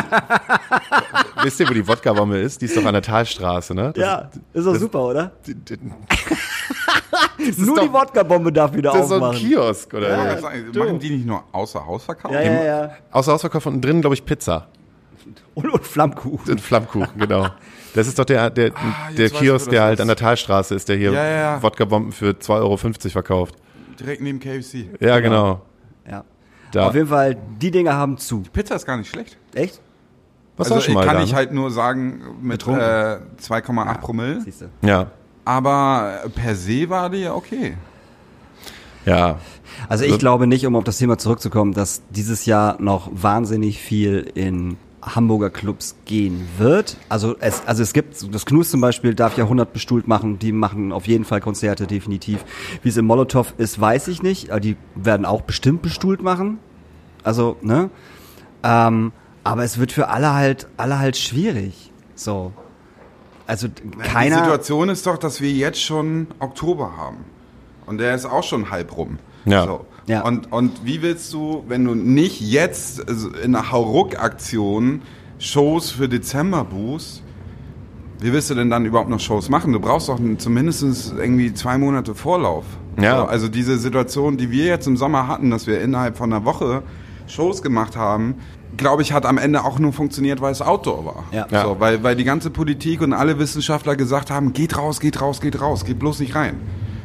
Wisst ihr, wo die Wodka-Bombe ist? Die ist doch an der Talstraße, ne? Das ja, ist doch super, oder? Ist, das, Nur doch- die Wodka-Bombe darf wieder das ist so ein aufmachen. Kiosk, oder? Ja, Machen die nicht nur außer Haus verkaufen? ja, ja, ja. Außer Hausverkauf und drinnen, glaube ich, Pizza. Und, und Flammkuchen. Und Flammkuchen, genau. Das ist doch der, der, Ah, jetzt der weiß ich, Kiosk, wo der das halt ist. an der Talstraße ist, der hier Ja, ja, ja. Wodka-Bomben für 2,50 Euro verkauft. Direkt neben KFC. Ja, genau. Ja. Da. Auf jeden Fall, die Dinger haben zu. Pizza ist gar nicht schlecht. Echt? Was also auch schon ich mal kann da, ich ne? halt nur sagen, mit äh, Betrunken. 2,8 Promille. Siehst du. Ja, Aber äh, per se war die ja okay. ja. Also ich glaube nicht, um auf das Thema zurückzukommen, dass dieses Jahr noch wahnsinnig viel in Hamburger Clubs gehen wird. Also es, also es gibt, das Knus zum Beispiel darf ja 100 bestuhlt machen, die machen auf jeden Fall Konzerte, definitiv. Wie es im Molotow ist, weiß ich nicht, aber die werden auch bestimmt bestuhlt machen. Also, ne? Ähm, aber es wird für alle halt, alle halt schwierig. So. Also Die keiner. Situation ist doch, dass wir jetzt schon Oktober haben. Und der ist auch schon halb rum. Ja. Ja. Und, und wie willst du, wenn du nicht jetzt also in einer Hauruck-Aktion Shows für Dezember buchst, wie willst du denn dann überhaupt noch Shows machen? Du brauchst doch zumindest irgendwie zwei Monate Vorlauf. Ja. So, also diese Situation, die wir jetzt im Sommer hatten, dass wir innerhalb von einer Woche Shows gemacht haben, glaube ich, hat am Ende auch nur funktioniert, weil es Outdoor war. Ja. Ja. So, weil, weil die ganze Politik und alle Wissenschaftler gesagt haben, geht raus, geht raus, geht raus, geht bloß nicht rein.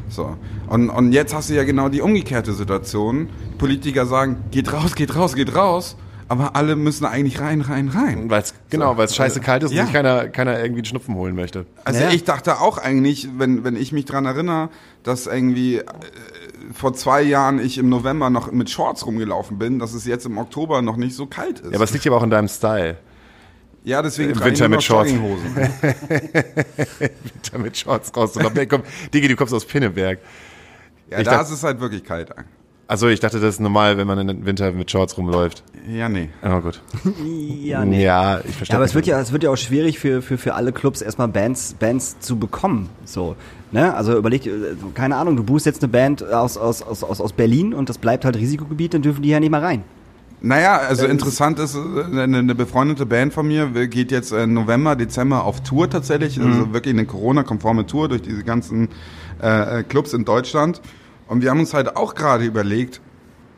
So. Und, und jetzt hast du ja genau die umgekehrte Situation. Politiker sagen, geht raus, geht raus, geht raus, aber alle müssen eigentlich rein, rein, rein. Weil's, genau, weil es scheiße kalt ist und Ja. sich keiner, keiner irgendwie einen Schnupfen holen möchte. Also Ja. ich dachte auch eigentlich, wenn, wenn ich mich dran erinnere, dass irgendwie äh, vor zwei Jahren ich im November noch mit Shorts rumgelaufen bin, dass es jetzt im Oktober noch nicht so kalt ist. Ja, aber es liegt ja auch in deinem Style. Ja, deswegen Im trage ich Winter mit nur noch Shorts. Jogginghosen. Damit Shorts rauszulaufen. Ey, komm, Digi, du kommst aus Pinneberg. Ja, Ich da dacht- ist es halt wirklich kalt. Also ich dachte, das ist normal, wenn man im Winter mit Shorts rumläuft. Ja, nee. Aber gut. Ja, nee. Ja, ich verstehe. Ja, aber es wird ja, es wird ja auch schwierig für, für, für alle Clubs erstmal Bands, Bands zu bekommen. So, ne? Also überleg, äh, keine Ahnung, du buchst jetzt eine Band aus, aus, aus, aus aus Berlin und das bleibt halt Risikogebiet, dann dürfen die ja nicht mal rein. Naja, also interessant ist, äh, eine, eine befreundete Band von mir äh, geht jetzt äh, November, Dezember auf Tour tatsächlich. Mhm. Also wirklich eine Corona-konforme Tour durch diese ganzen äh, äh, Clubs in Deutschland. Und wir haben uns halt auch gerade überlegt,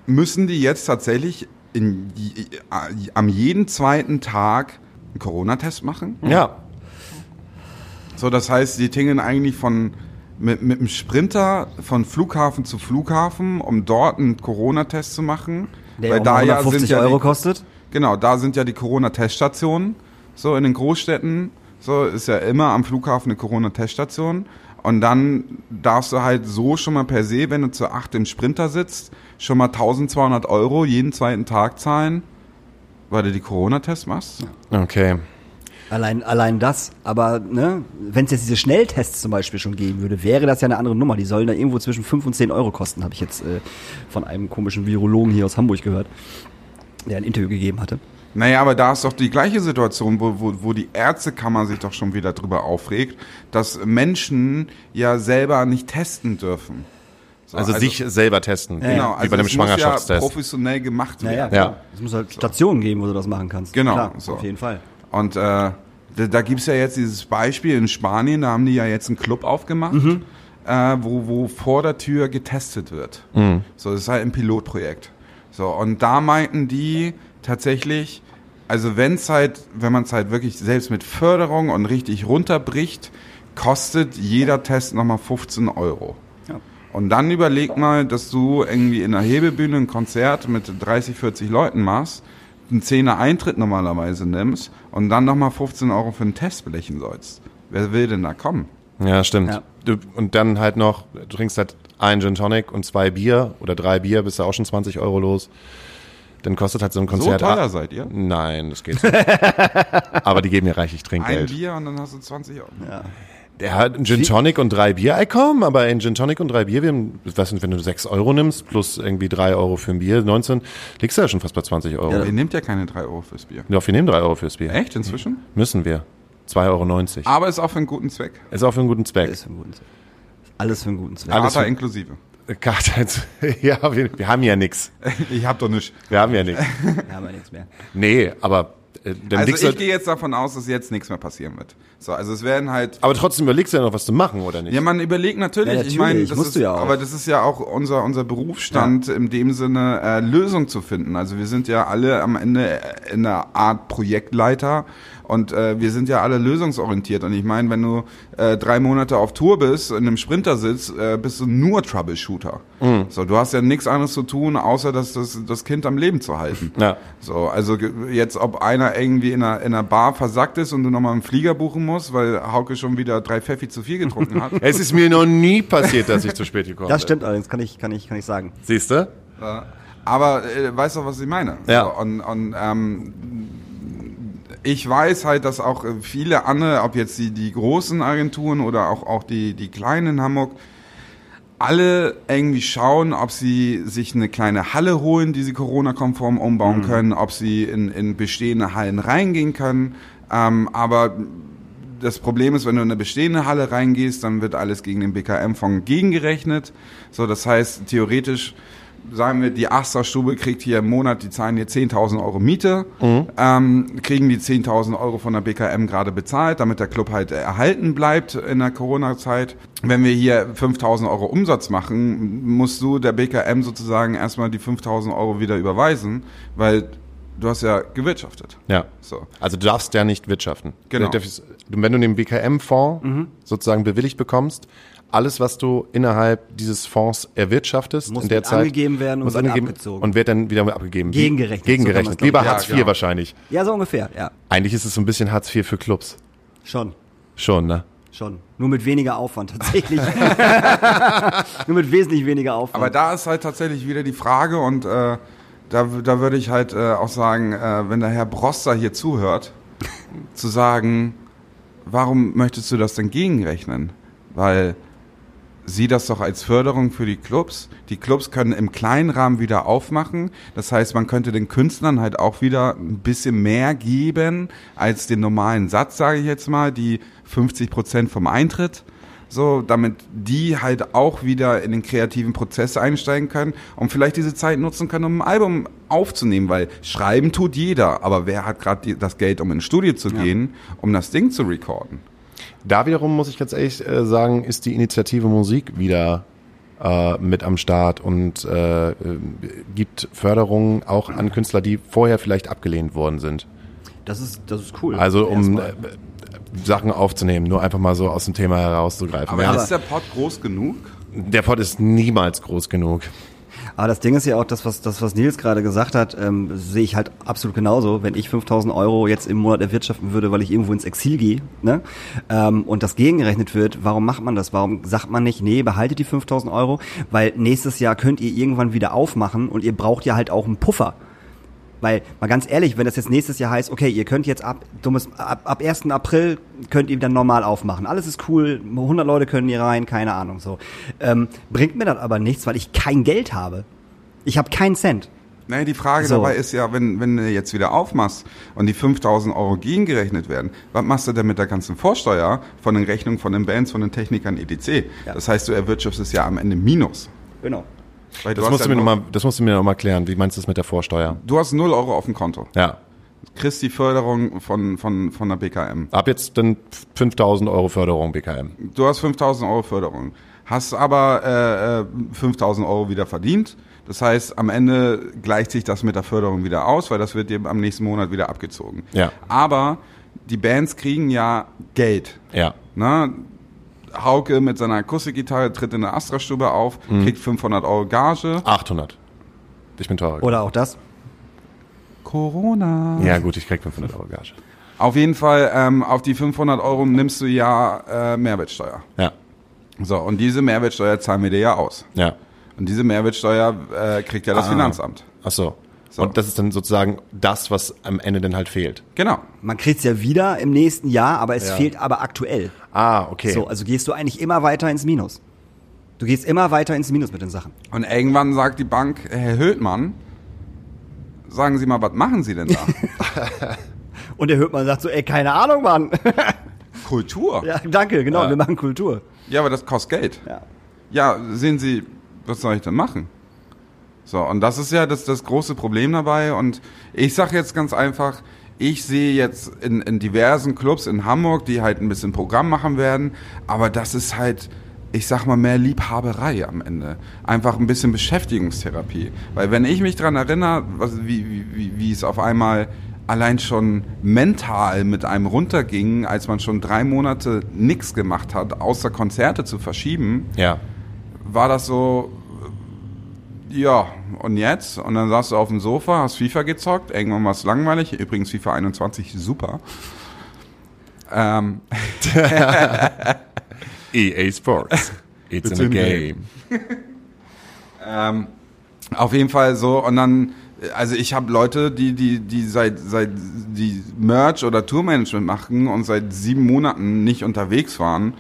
müssen die jetzt tatsächlich in, j- äh, am jeden zweiten Tag einen Corona-Test machen? Ja. So, das heißt, die tingeln eigentlich von mit, mit dem Sprinter von Flughafen zu Flughafen, um dort einen Corona-Test zu machen. Der auch 150 Euro die, kostet. Genau, da sind ja die Corona-Teststationen. So in den Großstädten, so ist ja immer am Flughafen eine Corona-Teststation. Und dann darfst du halt so schon mal per se, wenn du zu acht im Sprinter sitzt, schon mal 1200 Euro jeden zweiten Tag zahlen, weil du die Corona-Test machst. Okay. Allein, allein das. Aber ne, wenn es jetzt diese Schnelltests zum Beispiel schon geben würde, wäre das ja eine andere Nummer. Die sollen da irgendwo zwischen 5 und 10 Euro kosten, habe ich jetzt äh, von einem komischen Virologen hier aus Hamburg gehört, der ein Interview gegeben hatte. Naja, aber da ist doch die gleiche Situation, wo, wo, wo die Ärztekammer sich doch schon wieder drüber aufregt, dass Menschen ja selber nicht testen dürfen. So, Also, sich selber testen. genau, wie also bei einem das muss Ja Schwangerschaftstest. professionell gemacht werden. Naja, Ja. Es muss halt Stationen geben, wo du das machen kannst. Genau, Klar, so. auf jeden Fall. Und äh, da, da gibt's ja jetzt dieses Beispiel in Spanien, da haben die ja jetzt einen Club aufgemacht, äh, wo, wo vor der Tür getestet wird. So, das ist halt ein Pilotprojekt. So, und da meinten die tatsächlich, also wenn's halt, wenn man es halt wirklich selbst mit Förderung und richtig runterbricht, kostet jeder Test nochmal 15 Euro. Und dann überleg mal, dass du irgendwie in einer Hebebühne ein Konzert mit 30, 40 Leuten machst, einen Zehner Eintritt normalerweise nimmst und dann nochmal 15 Euro für einen Test blechen sollst. Wer will denn da kommen? Ja, stimmt. Ja. Du, und dann halt noch, du trinkst halt ein Gin Tonic und zwei Bier oder drei Bier, bist du auch schon 20 Euro los. Dann kostet halt so ein So Konzert. teuer seid ihr? Nein, das geht nicht. Aber die geben mir reichlich Ein Trinkgeld. Bier und dann hast du 20 Euro. Der hat einen Gin Tonic und drei Bier. Ey, komm, aber ein Gin Tonic und drei Bier, wir haben, was sind, wenn du 6 Euro nimmst, plus irgendwie 3 Euro für ein Bier, 19, liegst du ja schon fast bei 20 Euro. Ihr nehmt ja keine 3 Euro fürs Bier. Doch, wir nehmen 3 Euro fürs Bier. Echt inzwischen? Müssen wir. 2,90 Euro. Aber ist auch für einen guten Zweck. Ist auch für einen guten Zweck. Ist für einen guten Zweck. Alles für einen guten Zweck. Alles Alles für- inklusive. Karte, ja, wir, wir haben ja nix. Ich hab doch nichts. Wir haben ja nix. Wir haben ja nichts mehr. Nee, aber äh, dann liegst du Also ich halt, gehe jetzt davon aus, dass jetzt nichts mehr passieren wird. So, also es werden halt aber trotzdem überlegst du ja noch, was zu machen, oder nicht? Ja, man überlegt natürlich. Ja, ich natürlich, meine, das musst ist, du ja auch. aber das ist ja auch unser unser Berufsstand in dem Sinne äh, Lösung zu finden. Also wir sind ja alle am Ende äh, in einer Art Projektleiter und äh, wir sind ja alle lösungsorientiert. Und ich meine, wenn du äh, drei Monate auf Tour bist in einem Sprinter sitzt, äh, bist du nur Troubleshooter. Mhm. So, du hast ja nichts anderes zu tun, außer dass das das Kind am Leben zu halten. Ja. So, also ge- jetzt, ob einer irgendwie in einer, in einer Bar versackt ist und du nochmal einen Flieger buchen musst, weil Hauke schon wieder drei Pfeffi zu viel getrunken hat. Es ist mir noch nie passiert, dass ich zu spät gekommen Das stimmt allerdings, kann ich, kann ich, kann ich sagen. bin. Siehst du? Aber äh, weißt du, was ich meine? Ja. So, und und ähm, ich weiß halt, dass auch äh, viele andere, ob jetzt die, die großen Agenturen oder auch, auch die, die kleinen in Hamburg, alle irgendwie schauen, ob sie sich eine kleine Halle holen, die sie Corona-konform umbauen können, ob sie in, in bestehende Hallen reingehen können. Ähm, aber das Problem ist, wenn du in eine bestehende Halle reingehst, dann wird alles gegen den BKM-Fonds gegengerechnet. So, das heißt, theoretisch, sagen wir, die Asterstube kriegt hier im Monat, die zahlen hier 10.000 Euro Miete, ähm, kriegen die 10.000 Euro von der BKM gerade bezahlt, damit der Club halt erhalten bleibt in der Corona-Zeit. Wenn wir hier 5.000 Euro Umsatz machen, musst du der BKM sozusagen erstmal die 5.000 Euro wieder überweisen, weil du hast ja gewirtschaftet. Ja. So. Also du darfst ja nicht wirtschaften. Genau. Du darfst- du- Wenn du den BKM-Fonds Mhm. sozusagen bewilligt bekommst, alles, was du innerhalb dieses Fonds erwirtschaftest, Muss in der mit Zeit, angegeben werden und muss wird angegeben abgezogen. und wird dann wieder abgegeben. Wie- Gegengerechnet, so kann man's, Gegengerechnet. glaub ich. Lieber Ja, Hartz IV genau. wahrscheinlich. Ja, so ungefähr, ja. Eigentlich ist es so ein bisschen Hartz IV für Clubs. Schon. Schon, ne? Schon. Nur mit weniger Aufwand tatsächlich. Nur mit wesentlich weniger Aufwand. Aber da ist halt tatsächlich wieder die Frage und äh, da, da würde ich halt äh, auch sagen, äh, wenn der Herr Broster hier zuhört, zu sagen, warum möchtest du das denn gegenrechnen? Weil sieh das doch als Förderung für die Clubs. Die Clubs können im kleinen Rahmen wieder aufmachen. Das heißt, man könnte den Künstlern halt auch wieder ein bisschen mehr geben als den normalen Satz, sage ich jetzt mal, die 50 Prozent vom Eintritt. So, damit die halt auch wieder in den kreativen Prozess einsteigen können und vielleicht diese Zeit nutzen können, um ein Album aufzunehmen, weil schreiben tut jeder, aber wer hat gerade das Geld, um ins Studio zu gehen, um das Ding zu recorden? Da wiederum muss ich ganz ehrlich äh, sagen, ist die Initiative Musik wieder äh, mit am Start und äh, äh, gibt Förderungen auch an Künstler, die vorher vielleicht abgelehnt worden sind. das, ist, das ist cool. Also um äh, Erstmal. Sachen aufzunehmen, nur einfach mal so aus dem Thema herauszugreifen. Aber, ja, ist der Pot groß genug? der Pott ist niemals groß genug. Aber das Ding ist ja auch, das, was, das, was Nils gerade gesagt hat, ähm, sehe ich halt absolut genauso. Wenn ich 5000 Euro jetzt im Monat erwirtschaften würde, weil ich irgendwo ins Exil gehe, ne? ähm, und das gegengerechnet wird, warum macht man das? Warum sagt man nicht, nee, behaltet die 5000 Euro, weil nächstes Jahr könnt ihr irgendwann wieder aufmachen und ihr braucht ja halt auch einen Puffer. Weil, mal ganz ehrlich, wenn das jetzt nächstes Jahr heißt, okay, ihr könnt jetzt ab, dummes, ab, ab 1. April könnt ihr dann normal aufmachen. Alles ist cool, 100 Leute können hier rein, keine Ahnung, so. Ähm, bringt mir das aber nichts, weil ich kein Geld habe. Ich habe keinen Cent. Naja, die Frage So. dabei ist ja, wenn, wenn du jetzt wieder aufmachst und die 5000 Euro gegengerechnet werden, was machst du denn mit der ganzen Vorsteuer von den Rechnungen von den Bands, von den Technikern etc.? Ja. Das heißt, du erwirtschaftest ja am Ende Minus. Genau. Weil Das hast musst, du ja mir noch null- mal, das musst du mir nochmal klären. Wie meinst du das mit der Vorsteuer? Du hast 0 Euro auf dem Konto. Ja. Kriegst die Förderung von, von, von der BKM. Ab jetzt dann 5000 Euro Förderung BKM. Du hast 5000 Euro Förderung. Hast aber äh, äh, 5000 Euro wieder verdient. Das heißt, am Ende gleicht sich das mit der Förderung wieder aus, weil das wird dir am nächsten Monat wieder abgezogen. Ja. Aber die Bands kriegen ja Geld. Ja. Na, Hauke mit seiner Akustikgitarre tritt in der Astra-Stube auf, kriegt 500 Euro Gage. 800. Ich bin teurer. Oder auch das. Corona. Ja gut, ich krieg 500 Euro Gage. Auf jeden Fall, ähm, auf die 500 Euro nimmst du ja äh, Mehrwertsteuer. Ja. So, und diese Mehrwertsteuer zahlen wir dir ja aus. Ja. Und diese Mehrwertsteuer äh, kriegt ja das Finanzamt. Ach so. So. Und das ist dann sozusagen das, was am Ende dann halt fehlt. Genau. Man kriegt's ja wieder im nächsten Jahr, aber es Ja. fehlt aber aktuell. Ah, okay. So, also gehst du eigentlich immer weiter ins Minus. Du gehst immer weiter ins Minus mit den Sachen. Und irgendwann sagt die Bank, Herr Höhtmann, sagen Sie mal, was machen Sie denn da? Und der Höpmann sagt so, ey, keine Ahnung, Mann. Kultur. Ja. ja, danke, genau, wir machen Kultur. aber das kostet Geld. Ja. Ja, sehen Sie, was soll ich denn machen? So, und das ist ja das, das große Problem dabei. Und ich sage jetzt ganz einfach, ich sehe jetzt in, in diversen Clubs in Hamburg, die halt ein bisschen Programm machen werden, aber das ist halt, ich sag mal, mehr Liebhaberei am Ende. Einfach ein bisschen Beschäftigungstherapie. Weil wenn ich mich dran erinnere, was, wie, wie, wie, wie es auf einmal allein schon mental mit einem runterging, als man schon drei Monate nichts gemacht hat, außer Konzerte zu verschieben, Ja. war das so, äh, ja, und jetzt? Und dann saß du auf dem Sofa, hast FIFA gezockt, irgendwann war es langweilig. Übrigens FIFA 21, super. Ähm, EA E Sports. It's, in a game. ähm, auf jeden Fall so, und dann, äh, also ich habe Leute, die, die, die seit, seit die Merch oder Tourmanagement machen und seit sieben Monaten nicht unterwegs waren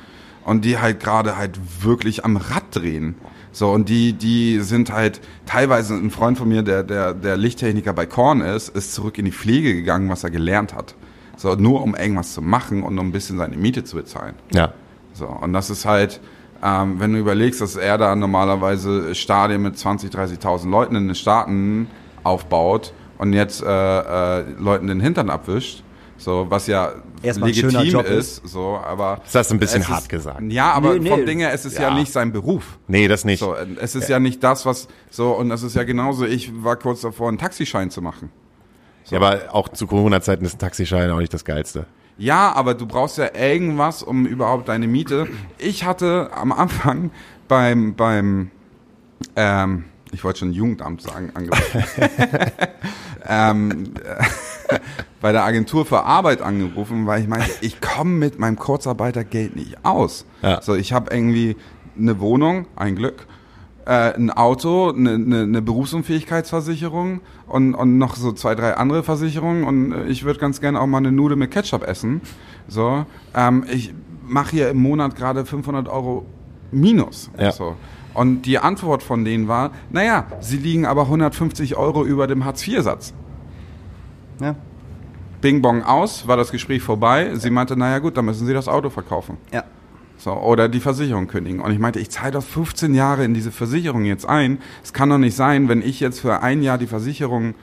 und die halt gerade halt wirklich am Rad drehen. So, und die, die sind halt teilweise ein Freund von mir, der, der, der Lichttechniker bei Korn ist, ist zurück in die Pflege gegangen, was er gelernt hat. So, nur um irgendwas zu machen und um ein bisschen seine Miete zu bezahlen. Ja. So, und das ist halt, ähm, wenn du überlegst, dass er da normalerweise Stadien mit 20.000, 30.000 Leuten in den Staaten aufbaut und jetzt äh, äh, Leuten den Hintern abwischt, so, was ja Erstmal ein schöner legitim Job ist, so, aber. Das hast du ein bisschen es hart ist, gesagt. Ja, aber Nee, nee. vom Ding her, es ist ja, Ja. nicht sein Beruf. Nee, das nicht. So, es ist ja. nicht das, was, so, und das ist ja genauso, ich war kurz davor, einen Taxischein zu machen. Ja, aber auch zu Corona-Zeiten ist ein Taxischein auch nicht das Geilste. Ja, aber du brauchst ja irgendwas, um überhaupt deine Miete. Ich hatte am Anfang beim, beim ähm, Ich wollte schon Jugendamt sagen, angerufen. ähm, äh, bei der Agentur für Arbeit angerufen, weil ich meinte, ich komme mit meinem Kurzarbeitergeld nicht aus. Ja. So, ich habe irgendwie eine Wohnung, ein Glück, äh, ein Auto, eine, eine, eine Berufsunfähigkeitsversicherung und, und noch so zwei, drei andere Versicherungen und äh, ich würde ganz gerne auch mal eine Nude mit Ketchup essen. So, ähm, ich mache hier im Monat gerade 500 Euro minus. Ja. So. Und die Antwort von denen war, naja, sie liegen aber 150 Euro über dem Hartz-IV-Satz. Ja. Bing Bong aus, war das Gespräch vorbei. Sie meinte, naja gut, dann müssen Sie das Auto verkaufen. Ja. So, oder die Versicherung kündigen. Und ich meinte, ich zahle doch 15 Jahre in diese Versicherung jetzt ein. Es kann doch nicht sein, wenn ich jetzt für ein Jahr die Versicherung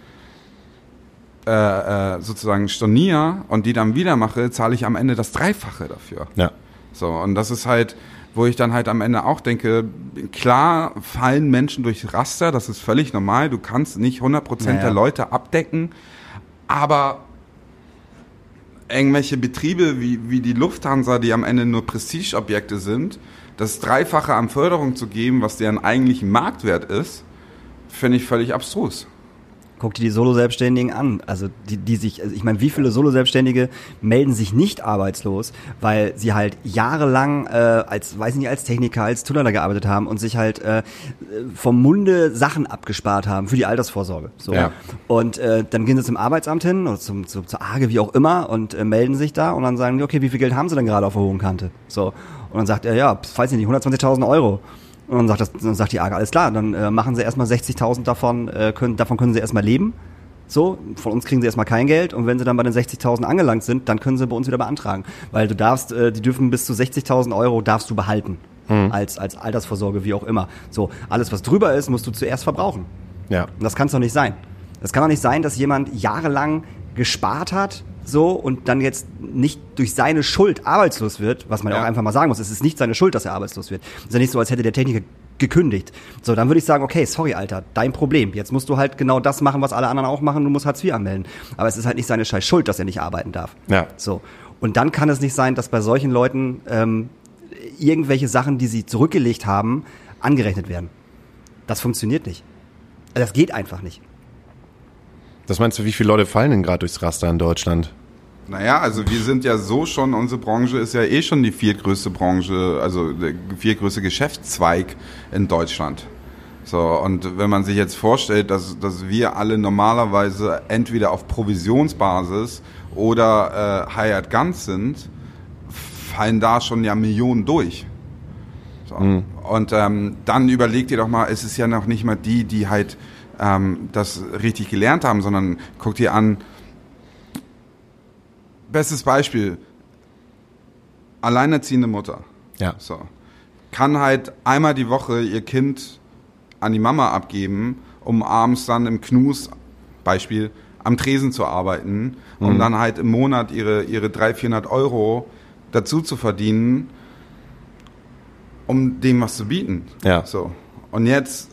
äh, äh, sozusagen storniere und die dann wieder mache, zahle ich am Ende das Dreifache dafür. Ja. So, und das ist halt, wo ich dann halt am Ende auch denke, klar fallen Menschen durch Raster, das ist völlig normal, du kannst nicht 100% der Naja. Leute abdecken, aber irgendwelche Betriebe wie, wie die Lufthansa, die am Ende nur Prestigeobjekte sind, das Dreifache an Förderung zu geben, was deren eigentlichen Marktwert ist, finde ich völlig abstrus. Guck dir die Solo-Selbstständigen an. Also die, die sich, also ich meine, wie viele Solo-Selbstständige melden sich nicht arbeitslos, weil sie halt jahrelang äh, als, weiß nicht, als Techniker, als Tunneler gearbeitet haben und sich halt äh, vom Munde Sachen abgespart haben für die Altersvorsorge. So. Ja. Und äh, dann gehen sie zum Arbeitsamt hin oder zum, zum, zur AGE, wie auch immer, und äh, melden sich da und dann sagen die, okay, wie viel Geld haben sie denn gerade auf der hohen Kante? So. Und dann sagt er, ja, pf, weiß ich nicht, 120.000 Euro. Und dann sagt, das, dann sagt die AGE, alles klar, dann äh, machen sie erstmal 60.000 davon, äh, können, davon können sie erstmal leben. So, von uns kriegen sie erstmal kein Geld und wenn sie dann bei den 60.000 angelangt sind, dann können sie bei uns wieder beantragen. Weil du darfst, äh, die dürfen bis zu 60.000 Euro darfst du behalten. Als, als Altersvorsorge, wie auch immer. So, alles was drüber ist, musst du zuerst verbrauchen. Ja. Und das kann es doch nicht sein. Das kann doch nicht sein, dass jemand jahrelang gespart hat, so und dann jetzt nicht durch seine Schuld arbeitslos wird, was man ja. Ja. auch einfach mal sagen muss. Es ist nicht seine Schuld, dass er arbeitslos wird. Es ist ja nicht so, als hätte der Techniker gekündigt. So, dann würde ich sagen, okay, sorry, Alter, dein Problem. Jetzt musst du halt genau das machen, was alle anderen auch machen. Du musst Hartz IV anmelden. Aber es ist halt nicht seine scheiß Schuld, dass er nicht arbeiten darf. Ja. So. Und dann kann es nicht sein, dass bei solchen Leuten ähm, irgendwelche Sachen, die sie zurückgelegt haben, angerechnet werden. Das funktioniert nicht. Also Das geht einfach nicht. Das meinst du, wie viele Leute fallen denn gerade durchs Raster in Deutschland? Naja, also wir sind ja so schon, unsere Branche ist ja eh schon die viertgrößte Branche, also der viertgrößte Geschäftszweig in Deutschland. So, und wenn man sich jetzt vorstellt, dass, dass wir alle normalerweise entweder auf Provisionsbasis oder äh, Hired Guns sind, fallen da schon ja Millionen durch. So. Und ähm, dann überlegt ihr doch mal, es ist ja noch nicht mal die, die halt ähm, das richtig gelernt haben, sondern guckt ihr an, bestes Beispiel, alleinerziehende Mutter. Ja. So. Kann halt einmal die Woche ihr Kind an die Mama abgeben, um abends dann im Knus, Beispiel, am Tresen zu arbeiten, Mhm. um dann halt im Monat ihre, ihre 300, 400 Euro dazu zu verdienen, um dem was zu bieten. Ja. So. Und jetzt,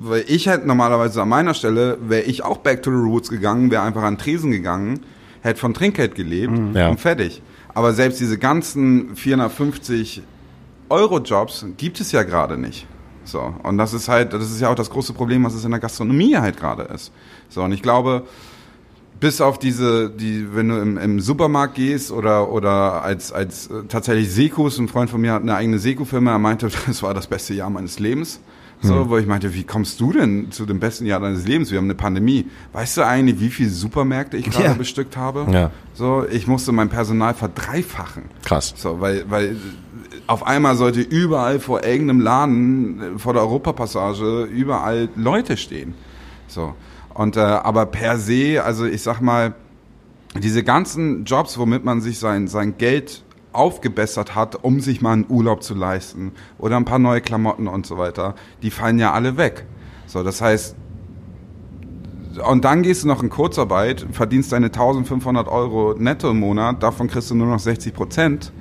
weil ich hätte normalerweise an meiner Stelle, wäre ich auch back to the roots gegangen, wäre einfach an den Tresen gegangen, hätte von Trinkgeld gelebt Ja. und fertig. Aber selbst diese ganzen 450 Euro-Jobs gibt es ja gerade nicht. So, und das ist halt, das ist ja auch das große Problem, was es in der Gastronomie halt gerade ist. So, und ich glaube, bis auf diese, die, wenn du im, im Supermarkt gehst oder, oder als, als äh, tatsächlich Sekus, ein Freund von mir hat eine eigene Seku-Firma, er meinte, das war das beste Jahr meines Lebens. So, wo ich meinte, wie kommst du denn zu dem besten Jahr deines Lebens? Wir haben eine Pandemie. Weißt du eigentlich, wie viele Supermärkte ich gerade Ja. bestückt habe? Ja. So, ich musste mein Personal verdreifachen. Krass. So, weil, weil auf einmal sollte überall vor irgendeinem Laden, äh, vor der Europapassage, überall Leute stehen. So. Und äh, aber per se, also ich sag mal, diese ganzen Jobs, womit man sich sein, sein Geld aufgebessert hat, um sich mal einen Urlaub zu leisten oder ein paar neue Klamotten und so weiter, die fallen ja alle weg. So, das heißt, und dann gehst du noch in Kurzarbeit, verdienst deine 1500 Euro netto im Monat, davon kriegst du nur noch 60 Prozent.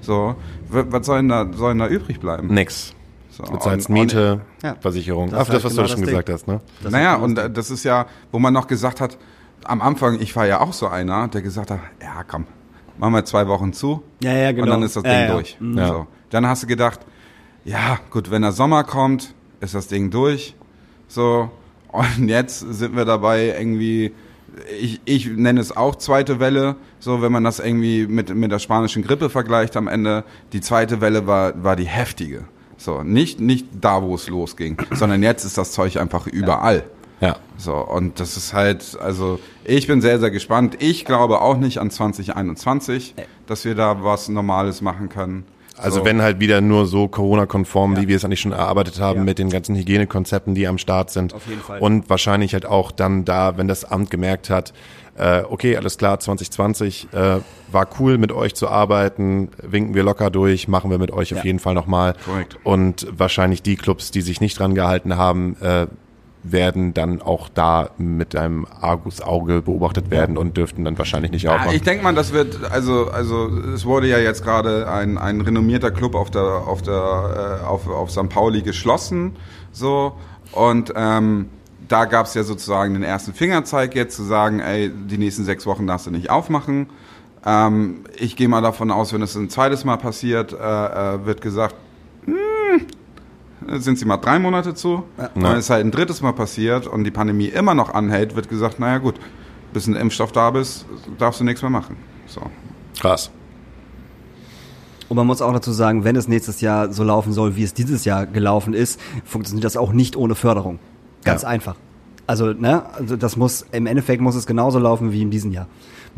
So, w- was soll denn da, soll denn da übrig bleiben? Nix. So, Du zahlst und- und- Miete, Ja. Versicherung. Das Ach, ist das, halt was genau du schon das Ding. gesagt hast, ne? Das naja, ist und das äh, das ist ja, wo man noch gesagt hat, am Anfang, ich war ja auch so einer, der gesagt hat, ja komm, machen wir zwei Wochen zu. Ja, ja, genau. Und dann ist das Ja, Ding ja. durch. Mhm. Ja. So. Dann hast du gedacht, ja gut, wenn der Sommer kommt, ist das Ding durch. So, und jetzt sind wir dabei irgendwie, ich, ich nenne es auch zweite Welle, so wenn man das irgendwie mit, mit der spanischen Grippe vergleicht am Ende, die zweite Welle war, war die heftige. So, nicht, nicht da, wo es losging, sondern jetzt ist das Zeug einfach überall. Ja. So, und das ist halt, also ich bin sehr, sehr gespannt. Ich glaube auch nicht an 2021, dass wir da was Normales machen können. Also so. wenn halt wieder nur so Corona-konform, wie wir es eigentlich schon erarbeitet haben, Ja. mit den ganzen Hygienekonzepten, die am Start sind. Auf jeden Fall. Und wahrscheinlich halt auch dann da, wenn das Amt gemerkt hat, äh, okay, alles klar, 2020 äh, war cool, mit euch zu arbeiten, winken wir locker durch, machen wir mit euch auf Ja. jeden Fall nochmal. Korrekt. Und wahrscheinlich die Clubs, die sich nicht dran gehalten haben, äh, werden dann auch da mit einem Argusauge beobachtet werden und dürften dann wahrscheinlich nicht Ah, aufmachen. ich denke mal, das wird, also, also es wurde ja jetzt gerade ein, ein renommierter Club auf der, auf der, äh, auf, auf St. Pauli geschlossen, so und ähm, da gab es ja sozusagen den ersten Fingerzeig jetzt zu sagen, ey, die nächsten sechs Wochen darfst du nicht aufmachen. Ähm, ich gehe mal davon aus, wenn es ein zweites Mal passiert, äh, äh, wird gesagt, hm, sind sie mal drei Monate zu. Und Dann ist halt ein drittes Mal passiert und die Pandemie immer noch anhält, wird gesagt, naja gut, bis ein Impfstoff da bist, darfst du nichts mehr machen. So. Krass. Und man muss auch dazu sagen, wenn es nächstes Jahr so laufen soll, wie es dieses Jahr gelaufen ist, funktioniert das auch nicht ohne Förderung. Ganz Ja. einfach. Also, ne, also das muss, im Endeffekt muss es genauso laufen wie in diesem Jahr.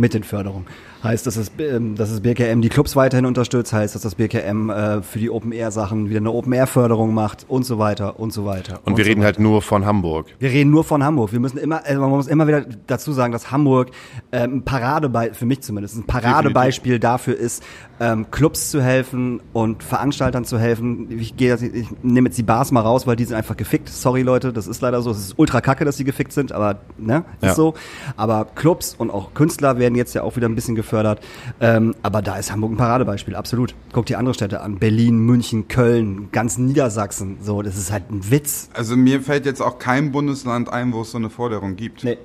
Mit den Förderungen. Heißt, dass es, ähm, dass es BKM die Clubs weiterhin unterstützt, heißt, dass das BKM äh, für die Open-Air-Sachen wieder eine Open-Air-Förderung macht und so weiter und so weiter. Und wir reden halt nur von Hamburg. Wir reden nur von Hamburg. Wir müssen immer, also man muss immer wieder dazu sagen, dass Hamburg ähm, ein Paradebeispiel, für mich zumindest, ein Paradebeispiel dafür ist, ähm, Clubs zu helfen und Veranstaltern zu helfen. Ich, gehe jetzt, ich nehme jetzt die Bars mal raus, weil die sind einfach gefickt. Sorry Leute, das ist leider so. Es ist ultra kacke, dass sie gefickt sind, aber ne, ist Ja. so. Aber Clubs und auch Künstler werden jetzt ja auch wieder ein bisschen gefördert. Ähm, aber da ist Hamburg ein Paradebeispiel, absolut. Guck dir andere Städte an. Berlin, München, Köln, ganz Niedersachsen. So, das ist halt ein Witz. Also mir fällt jetzt auch kein Bundesland ein, wo es so eine Forderung gibt. Nee.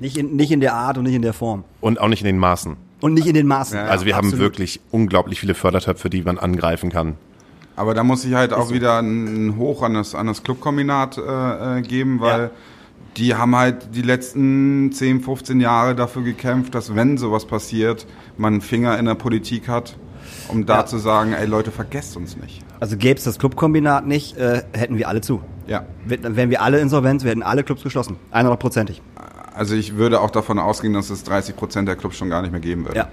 Nicht in, nicht in der Art und nicht in der Form. Und auch nicht in den Maßen. Und nicht in den Maßen. Ja, Also wir haben Absolut. wirklich unglaublich viele Fördertöpfe, die man angreifen kann. Aber da muss ich halt auch wieder einen Hoch an das, an das Clubkombinat äh, äh, geben, weil Ja. die haben halt die letzten 10, 15 Jahre dafür gekämpft, dass wenn sowas passiert, man einen Finger in der Politik hat, um da Ja. zu sagen, ey Leute, vergesst uns nicht. Also gäbe es das Clubkombinat nicht, äh, hätten wir alle zu. Ja. Wir- Dann wären wir alle insolvent, wir hätten alle Clubs geschlossen. 100%ig. Also ich würde auch davon ausgehen, dass es 30 Prozent der Clubs schon gar nicht mehr geben wird. Ja.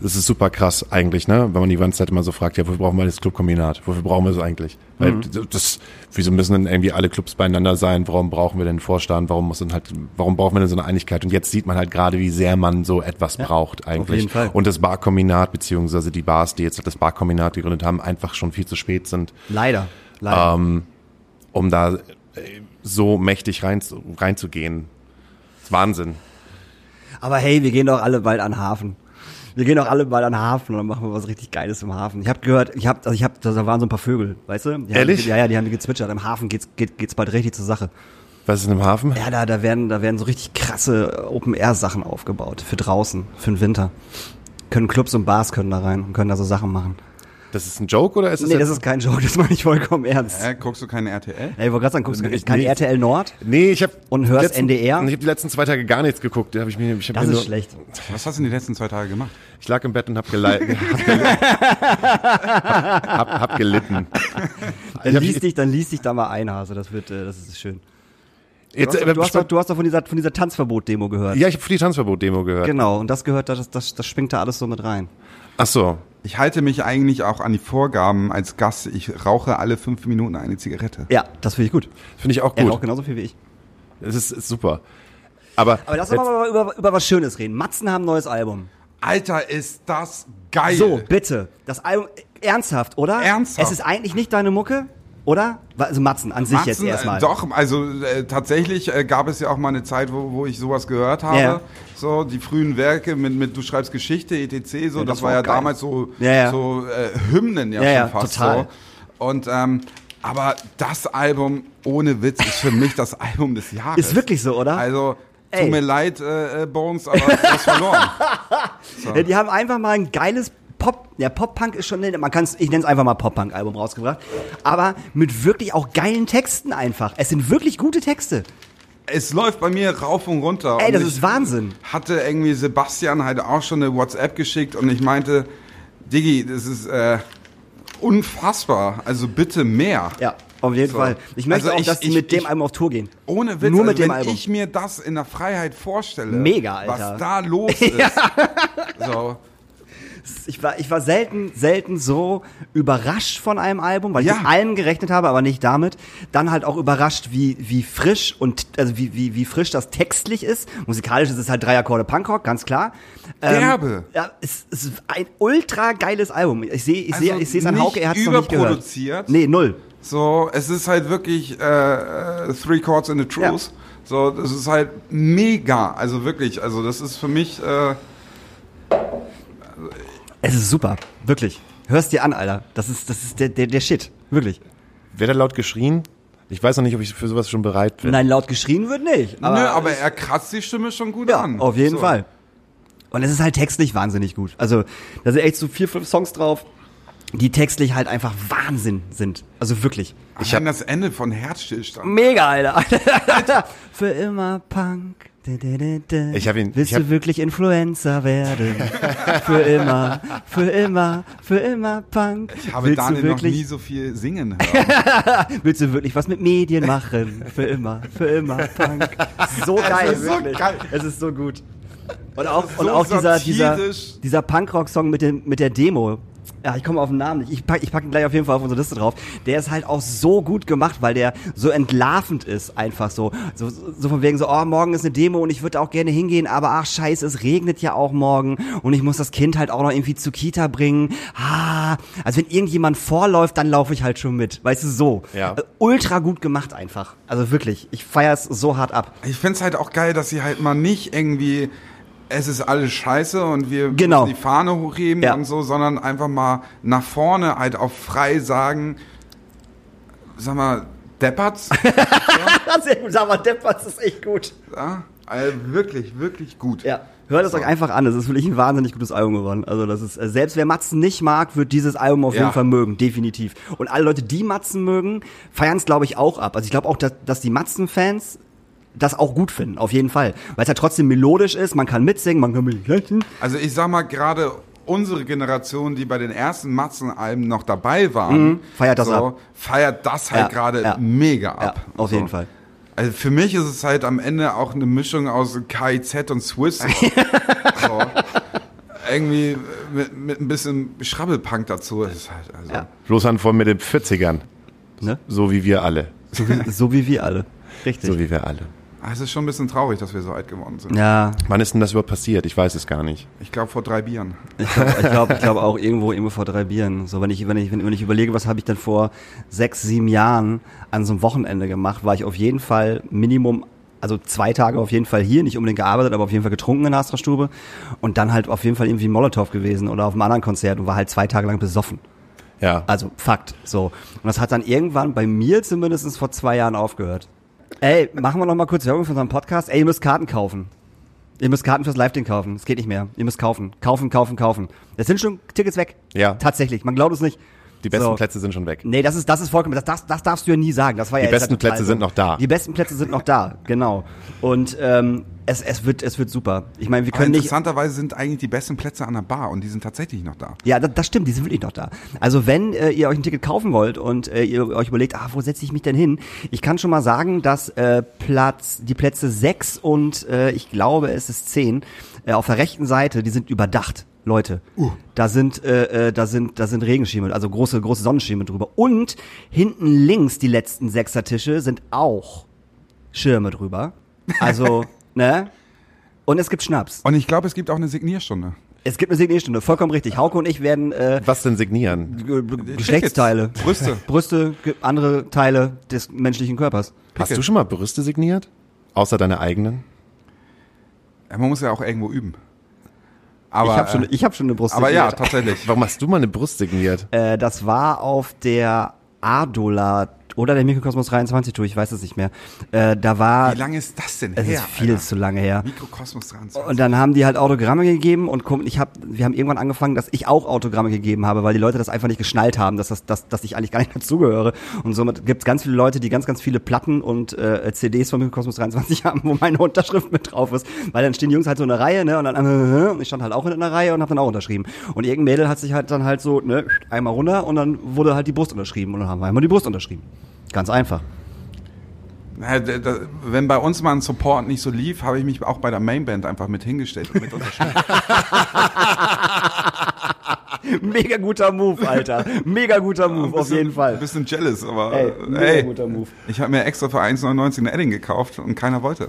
Das ist super krass eigentlich, ne? Wenn man die ganze Zeit immer so fragt, ja, wofür brauchen wir das Clubkombinat? Wofür brauchen wir so eigentlich? Weil Mhm. das, wieso müssen denn irgendwie alle Clubs beieinander sein? Warum brauchen wir denn einen Vorstand? Warum muss denn halt, warum brauchen wir denn so eine Einigkeit? Und jetzt sieht man halt gerade, wie sehr man so etwas braucht eigentlich. jeden Fall. Und das Barkombinat, beziehungsweise die Bars, die jetzt das Barkombinat gegründet haben, einfach schon viel zu spät sind. Leider. Leider. Ähm. um da äh, so mächtig rein, reinzugehen. Das ist Wahnsinn. Aber hey, wir gehen doch alle bald an den Hafen. Wir gehen doch alle bald an den Hafen und dann machen wir was richtig Geiles im Hafen. Ich habe gehört, ich habe, also ich habe, da waren so ein paar Vögel, weißt du? Die Ehrlich? Haben, ja, ja, die haben gezwitschert. Im Hafen geht's, geht, geht's bald richtig zur Sache. Was ist denn im Hafen? Ja, da, da werden, da werden so richtig krasse Open-Air-Sachen aufgebaut. Für draußen, für den Winter. Können Clubs und Bars können da rein und können da so Sachen machen. Das ist ein Joke oder ist es nee, jetzt- das ist kein Joke, das meine ich vollkommen ernst. Hä, guckst du keinen RTL? Ey, ich wollte gerade sagen, guckst du Nicht- kein nicht. RTL Nord? Nee, ich habe Und hörst NDR? Ich habe die letzten zwei Tage gar nichts geguckt. Da hab ich mir, ich hab Das mir ist nur, schlecht. Was hast du in den letzten zwei Tagen gemacht? Ich lag im Bett und habe gelitten. hab, hab gelitten. Dann hab- lies dich, dann lies dich da mal ein, Hase. Das wird, äh, das ist schön. Jetzt, Du hast, äh, doch- du hast, doch, du hast doch von dieser, von dieser Tanzverbot-Demo gehört. ja, ich habe für die Tanzverbot-Demo gehört. Genau, und das gehört, da- das, das, das schwingt da alles so mit rein. Ach so. Ich halte mich eigentlich auch an die Vorgaben als Gast. Ich rauche alle fünf Minuten eine Zigarette. Ja, das finde ich gut. Finde ich auch Er raucht gut. genauso viel wie ich. Das ist, ist super. Aber, Aber lass uns jetzt- mal über, über was Schönes reden. Matzen haben ein neues Album. Alter, ist das geil. So, bitte. Das Album, ernsthaft, oder? Ernsthaft. Es ist eigentlich nicht deine Mucke, oder? Also Matzen an sich Matzen, jetzt erstmal. Äh, doch, also äh, tatsächlich äh, gab es ja auch mal eine Zeit, wo, wo ich sowas gehört habe. Ja. So die frühen Werke mit, mit Du schreibst Geschichte, etc. So, Ja, das, war auch ja geil. damals so, Ja, ja. so äh, Hymnen ja, Ja, ja, schon fast. total. So. Und ähm, aber das Album ohne Witz ist für mich das Album des Jahres. Ist wirklich so, oder? Also Ey. tut mir leid, äh, äh, Bones, aber du hast verloren. Ja, die haben einfach mal ein geiles Pop, ja, Pop-Punk ist schon, man kann's, ich nenne es einfach mal Pop-Punk-Album rausgebracht, aber mit wirklich auch geilen Texten einfach. Es sind wirklich gute Texte. Es läuft bei mir rauf und runter. Ey, und das ich ist Wahnsinn. Hatte irgendwie Sebastian halt auch schon eine WhatsApp geschickt und ich meinte, Diggi, das ist äh, unfassbar. Also bitte mehr. Ja, auf jeden So. Fall. Ich möchte Also auch, ich- dass die ich- mit dem ich- Album auf Tour gehen. Ohne Witz, Nur also mit dem wenn Album. ich mir das in der Freiheit vorstelle, Mega, Alter. was da los ist. So, ich war, ich war selten, selten so überrascht von einem Album, weil Ja. ich mit allem gerechnet habe, aber nicht damit. Dann halt auch überrascht, wie, wie frisch und, also wie, wie, wie frisch das textlich ist. Musikalisch ist es halt drei Akkorde Punkrock, ganz klar. Ähm, Derbe. Ja, es, es ist ein ultra geiles Album. Ich sehe, ich Also sehe, ich sehe es an nicht Hauke, er hat's noch nicht gehört. überproduziert. Nee, null. so, es ist halt wirklich äh, äh, Three Chords and a Truth. Ja. So, das ist halt mega. Also wirklich, also das ist für mich. Äh, Es ist super. Wirklich. Hörst dir an, Alter. Das ist, das ist der, der, der Shit. Wirklich. Wird er laut geschrien? Ich weiß noch nicht, ob ich für sowas schon bereit bin. Nein, laut geschrien wird nicht. Aber, Nö, ne, aber er kratzt die Stimme schon gut Ja, an. auf jeden So. Fall. Und es ist halt textlich wahnsinnig gut. Also, da sind echt so vier, fünf Songs drauf, die textlich halt einfach Wahnsinn sind. Also wirklich. Ich habe das Ende von Herzstillstand. Mega, Alter. Für immer Punk. Dä, dä, dä, dä. Ich hab ihn- Willst ich hab- du wirklich Influencer werden? für immer, für immer, für immer Punk. Ich habe willst Daniel du noch wirklich, nie so viel singen hören. willst du wirklich was mit Medien machen? Für immer, für immer Punk. So geil, ist so wirklich. geil. Es ist so gut. Und auch, ist und so auch dieser, dieser, satirisch. dieser Punkrock-Song mit, dem- mit der Demo. Ja, ich komme auf den Namen nicht. Ich packe ich pack ihn gleich auf jeden Fall auf unsere Liste drauf. Der ist halt auch so gut gemacht, weil der so entlarvend ist, einfach so. So, so von wegen so, oh, morgen ist eine Demo und ich würde auch gerne hingehen, aber ach scheiße, es regnet ja auch morgen und ich muss das Kind halt auch noch irgendwie zu Kita bringen. Ah, also wenn irgendjemand vorläuft, dann laufe ich halt schon mit. Weißt du, so. Ja. Äh, Ultra gut gemacht einfach. Also wirklich, ich feier's so hart ab. Ich find's halt auch geil, dass sie halt mal nicht irgendwie, es ist alles scheiße und wir Genau. müssen die Fahne hochheben Ja. und so, sondern einfach mal nach vorne halt auch frei sagen, sag mal, deppert's? Sehr gut, sag mal, Depp, das ist echt gut. ja? Also wirklich, wirklich gut. Ja, hört es euch einfach an. Es ist wirklich ein wahnsinnig gutes Album geworden. Also das ist äh, selbst wer Matzen nicht mag, wird dieses Album auf Ja. jeden Fall mögen, definitiv. Und alle Leute, die Matzen mögen, feiern es glaube ich auch ab. Also ich glaube auch, dass, dass die Matzen-Fans das auch gut finden, auf jeden Fall, weil es ja trotzdem melodisch ist. Man kann mitsingen, man kann mitlachen. Also ich sag mal, gerade unsere Generation, die bei den ersten Matzen-Alben noch dabei waren, Mhm. feiert das ab. feiert das halt Ja, gerade ja. mega Ja, ab. auf jeden Fall. Also für mich ist es halt am Ende auch eine Mischung aus KIZ und Swiss. so. Irgendwie mit, mit ein bisschen Schrabbelpunk dazu. Das ist halt also Ja. Bloß an vor mit den 40ern. Ne? So wie wir alle. So wie, so wie wir alle. Richtig. So wie wir alle. Ah, es ist schon ein bisschen traurig, dass wir so alt geworden sind. ja, Wann ist denn das überhaupt passiert? Ich weiß es gar nicht. Ich glaube vor drei Bieren. ich glaube ich glaub, ich glaub auch irgendwo, irgendwo vor drei Bieren. So, wenn ich, wenn ich, wenn, wenn ich überlege, was habe ich denn vor sechs, sieben Jahren an so einem Wochenende gemacht, war ich auf jeden Fall Minimum, also zwei Tage auf jeden Fall hier, nicht unbedingt gearbeitet, aber auf jeden Fall getrunken in der Astra-Stube und dann halt auf jeden Fall irgendwie in Molotow gewesen oder auf einem anderen Konzert und war halt zwei Tage lang besoffen. Ja. Also Fakt, so. Und das hat dann irgendwann bei mir zumindest vor zwei Jahren aufgehört. Ey, machen wir noch mal kurz Werbung für unseren Podcast. Ey, ihr müsst Karten kaufen. Ihr müsst Karten fürs Live-Ding kaufen. Es geht nicht mehr. Ihr müsst kaufen. Kaufen, kaufen, kaufen. Es sind schon Tickets weg. Ja. Tatsächlich. Man glaubt es nicht. die besten So. Plätze sind schon weg. Nee, das ist, das ist vollkommen, das, das, das darfst du ja nie sagen. Das war ja Die jetzt besten halt total Plätze so. sind noch da. Die besten Plätze sind noch da, genau. Und ähm, es, es, wird, es wird super. Ich meine, wir Aber können nicht. interessanterweise sind eigentlich die besten Plätze an der Bar und die sind tatsächlich noch da. Ja, das, das stimmt, die sind wirklich noch da. Also wenn äh, ihr euch ein Ticket kaufen wollt und äh, ihr euch überlegt, ah, wo setze ich mich denn hin? Ich kann schon mal sagen, dass äh, Platz, die Plätze 6 und äh, ich glaube es ist 10 äh, auf der rechten Seite, die sind überdacht. Leute, da sind äh, äh, da sind da sind Regenschirme, also große große Sonnenschirme drüber und hinten links die letzten Sechsertische sind auch Schirme drüber. Also, ne? Und es gibt Schnaps. Und ich glaube, es gibt auch eine Signierstunde. Es gibt eine Signierstunde, vollkommen richtig. Hauke und ich werden äh, Was denn signieren? Ge- Ge- Geschlechtsteile. Tickets, Brüste. Brüste, ge- andere Teile des menschlichen Körpers. Hast du schon mal Brüste signiert? Außer deine eigenen? Ja, Man muss ja auch irgendwo üben. Aber, ich habe schon, äh, ich hab schon eine Brust. Äh, aber ja, signiert. tatsächlich. Warum hast du mal eine Brust signiert? äh, das war auf der Adola oder der Mikrokosmos 23 Tour, ich weiß es nicht mehr. Äh, da war Wie lange ist das denn es her? ist viel Alter? zu lange her. Mikrokosmos 23. Und dann haben die halt Autogramme gegeben und gucken, ich hab, wir haben irgendwann angefangen, dass ich auch Autogramme gegeben habe, weil die Leute das einfach nicht geschnallt haben, dass, das, dass, dass ich eigentlich gar nicht dazugehöre. Und somit gibt's ganz viele Leute, die ganz, ganz viele Platten und äh, CDs von Mikrokosmos 23 haben, wo meine Unterschrift mit drauf ist. Weil dann stehen die Jungs halt so in einer Reihe, ne? Und dann äh, äh, und ich stand halt auch in einer Reihe und habe dann auch unterschrieben. Und irgendein Mädel hat sich halt dann halt so, ne, einmal runter und dann wurde halt die Brust unterschrieben. Und dann haben wir einmal die Brust unterschrieben. Ganz einfach. Na, da- da- Wenn bei uns mal ein Support nicht so lief, habe ich mich auch bei der Mainband einfach mit hingestellt und mit unterschrieben. Mega guter Move, Alter. Mega guter Move, auf bisschen- jeden Fall. Ein bisschen jealous, aber Ey, äh, mega ey, guter Move. ich habe mir extra für 1,99 eine Edding gekauft und keiner wollte.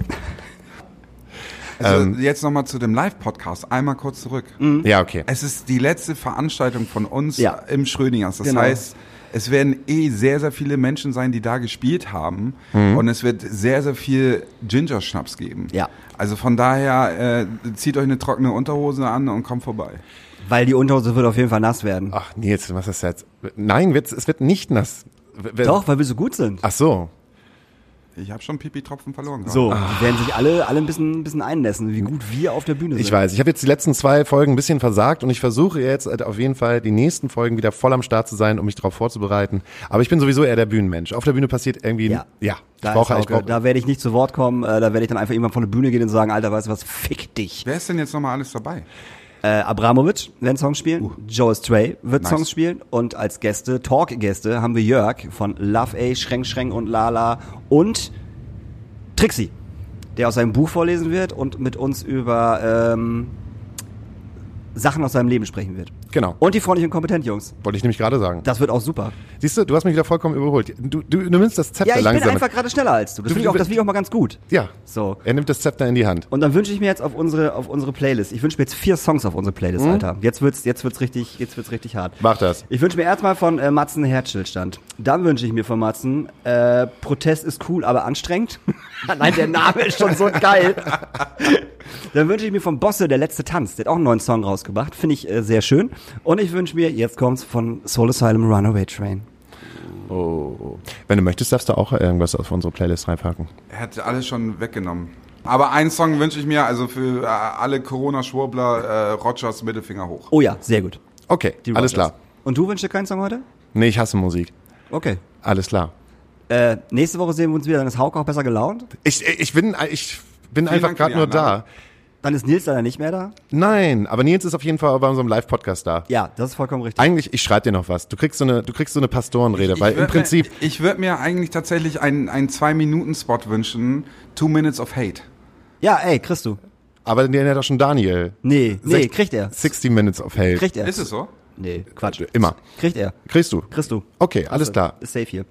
Also jetzt nochmal zu dem Live-Podcast, einmal kurz zurück. Mhm. Ja, okay. Es ist die letzte Veranstaltung von uns Ja. im Schrödingers. Das Genau. heißt, es werden eh sehr, sehr viele Menschen sein, die da gespielt haben. Und es wird sehr, sehr viel Ginger-Schnaps geben. Mhm. Ja. Also von daher, äh, zieht euch eine trockene Unterhose an und kommt vorbei. Weil die Unterhose wird auf jeden Fall nass werden. Ach, Nils, du machst das jetzt. Nein, wird's, es wird nicht nass. W- w- Doch, weil wir so gut sind. Ach so. Ich habe schon Pipi-Tropfen verloren. So, Ah. die werden sich alle, alle ein bisschen, ein bisschen einnässen, wie gut wir auf der Bühne sind. Ich weiß, ich habe jetzt die letzten zwei Folgen ein bisschen versagt und ich versuche jetzt halt auf jeden Fall die nächsten Folgen wieder voll am Start zu sein, um mich darauf vorzubereiten. Aber ich bin sowieso eher der Bühnenmensch. Auf der Bühne passiert irgendwie, Ja. ja, ja ich Da, brauche, ist ich Hauke. brauche, da werde ich nicht zu Wort kommen, äh, da werde ich dann einfach irgendwann von der Bühne gehen und sagen, Alter, weißt du was, fick dich. Wer ist denn jetzt nochmal alles dabei? Äh, Abramovic wird Songs Uh. spielen, Joel Stray wird Nice. Songs spielen und als Gäste, Talk-Gäste, haben wir Jörg von Love A, Schränk Schränk und Lala und Trixie, der aus seinem Buch vorlesen wird und mit uns über ähm, Sachen aus seinem Leben sprechen wird. Genau. Und die freundlich und kompetent, Jungs. wollte ich nämlich gerade sagen. Das wird auch super. Siehst du, du hast mich wieder vollkommen überholt. Du, du, du nimmst das Zepter Ja, ich langsam. bin einfach gerade schneller als du. Das Du- finde ich, du auch- das bist- finde ich auch mal ganz gut. ja, So. er nimmt das Zepter in die Hand. Und dann wünsche ich mir jetzt auf unsere, auf unsere Playlist. Ich wünsche mir jetzt vier Songs auf unsere Playlist, Alter. Jetzt wird's, jetzt wird's richtig, jetzt wird's richtig hart. Mhm. Mach das. Ich wünsche mir erstmal von äh, Matzen Herzstillstand. Dann wünsche ich mir von Matzen, äh, Protest ist cool, aber anstrengend. Nein, der Name ist schon so geil. Dann wünsche ich mir von Bosse, der letzte Tanz. Der hat auch einen neuen Song rausgebracht. Finde ich äh, sehr schön. Und ich wünsche mir, jetzt kommt's von Soul Asylum Runaway Train. Wenn du möchtest, darfst du auch irgendwas auf unsere Playlist reinpacken. Er hat alles schon weggenommen. Aber einen Song wünsche ich mir, also für äh, alle Corona-Schwurbler, äh, Rogers Mittelfinger hoch. Oh ja, sehr gut. Okay, Die alles Rogers. klar. Und du wünschst dir keinen Song heute? Nee, ich hasse Musik. Okay. Alles klar. Äh, nächste Woche sehen wir uns wieder, dann ist Hauke auch besser gelaunt. Ich, ich bin, ich bin einfach Dank für gerade die nur da. Dann ist Nils leider nicht mehr da. Nein, aber Nils ist auf jeden Fall bei unserem Live-Podcast da. Ja, das ist vollkommen richtig. Eigentlich, ich schreibe dir noch was. Du kriegst so eine, du kriegst so eine Pastorenrede, weil Ich im würd Prinzip, Mir, ich würde mir eigentlich tatsächlich einen, einen Zwei-Minuten-Spot wünschen. Two Minutes of Hate. Ja, ey, kriegst du. aber den hat doch schon Daniel. Nee, nee, Sech- kriegt er. 60 Minutes of Hell. Kriegt er. Ist es so? Nee, Quatsch. Äh, Immer. Kriegt er. Kriegst du? Kriegst du. Also, Okay, Also, alles klar. Ist safe hier.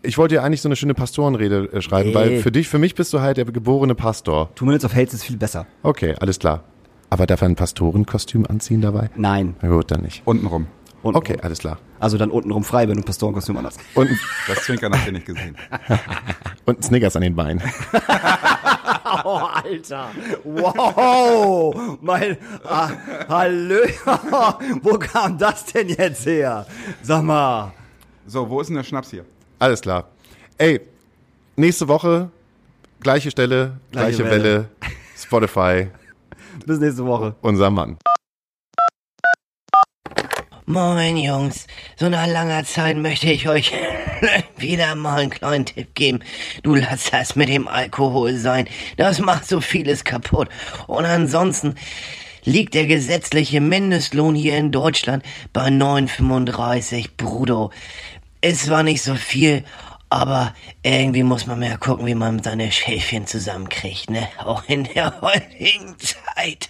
Ich wollte dir eigentlich so eine schöne Pastorenrede äh, schreiben, Nee. weil für dich, für mich bist du halt der geborene Pastor. Two Minutes of Hates ist viel besser. Okay, alles klar. Aber darf er ein Pastorenkostüm anziehen dabei? Nein. Na gut, dann nicht. Untenrum. Unten Okay, alles klar. Also dann untenrum frei, wenn du ein Pastorenkostüm anders. Und, Das Zwinkern habt ihr nicht gesehen. und Snickers an den Beinen. Oh, Alter. Wow. Mein, ah, hallo. Wo kam das denn jetzt her? Sag mal. So, wo ist denn der Schnaps hier? Alles klar. Ey, nächste Woche, gleiche Stelle, Gleiche gleiche, Welle, Spotify, Bis nächste Woche. unser Mann. Moin Jungs, so nach langer Zeit möchte ich euch wieder mal einen kleinen Tipp geben. Du lass das mit dem Alkohol sein, das macht so vieles kaputt. Und ansonsten liegt der gesetzliche Mindestlohn hier in Deutschland bei 9,35 Brudo. Es war nicht so viel, aber irgendwie muss man mehr gucken, wie man seine Schäfchen zusammenkriegt, ne? Auch in der heutigen Zeit.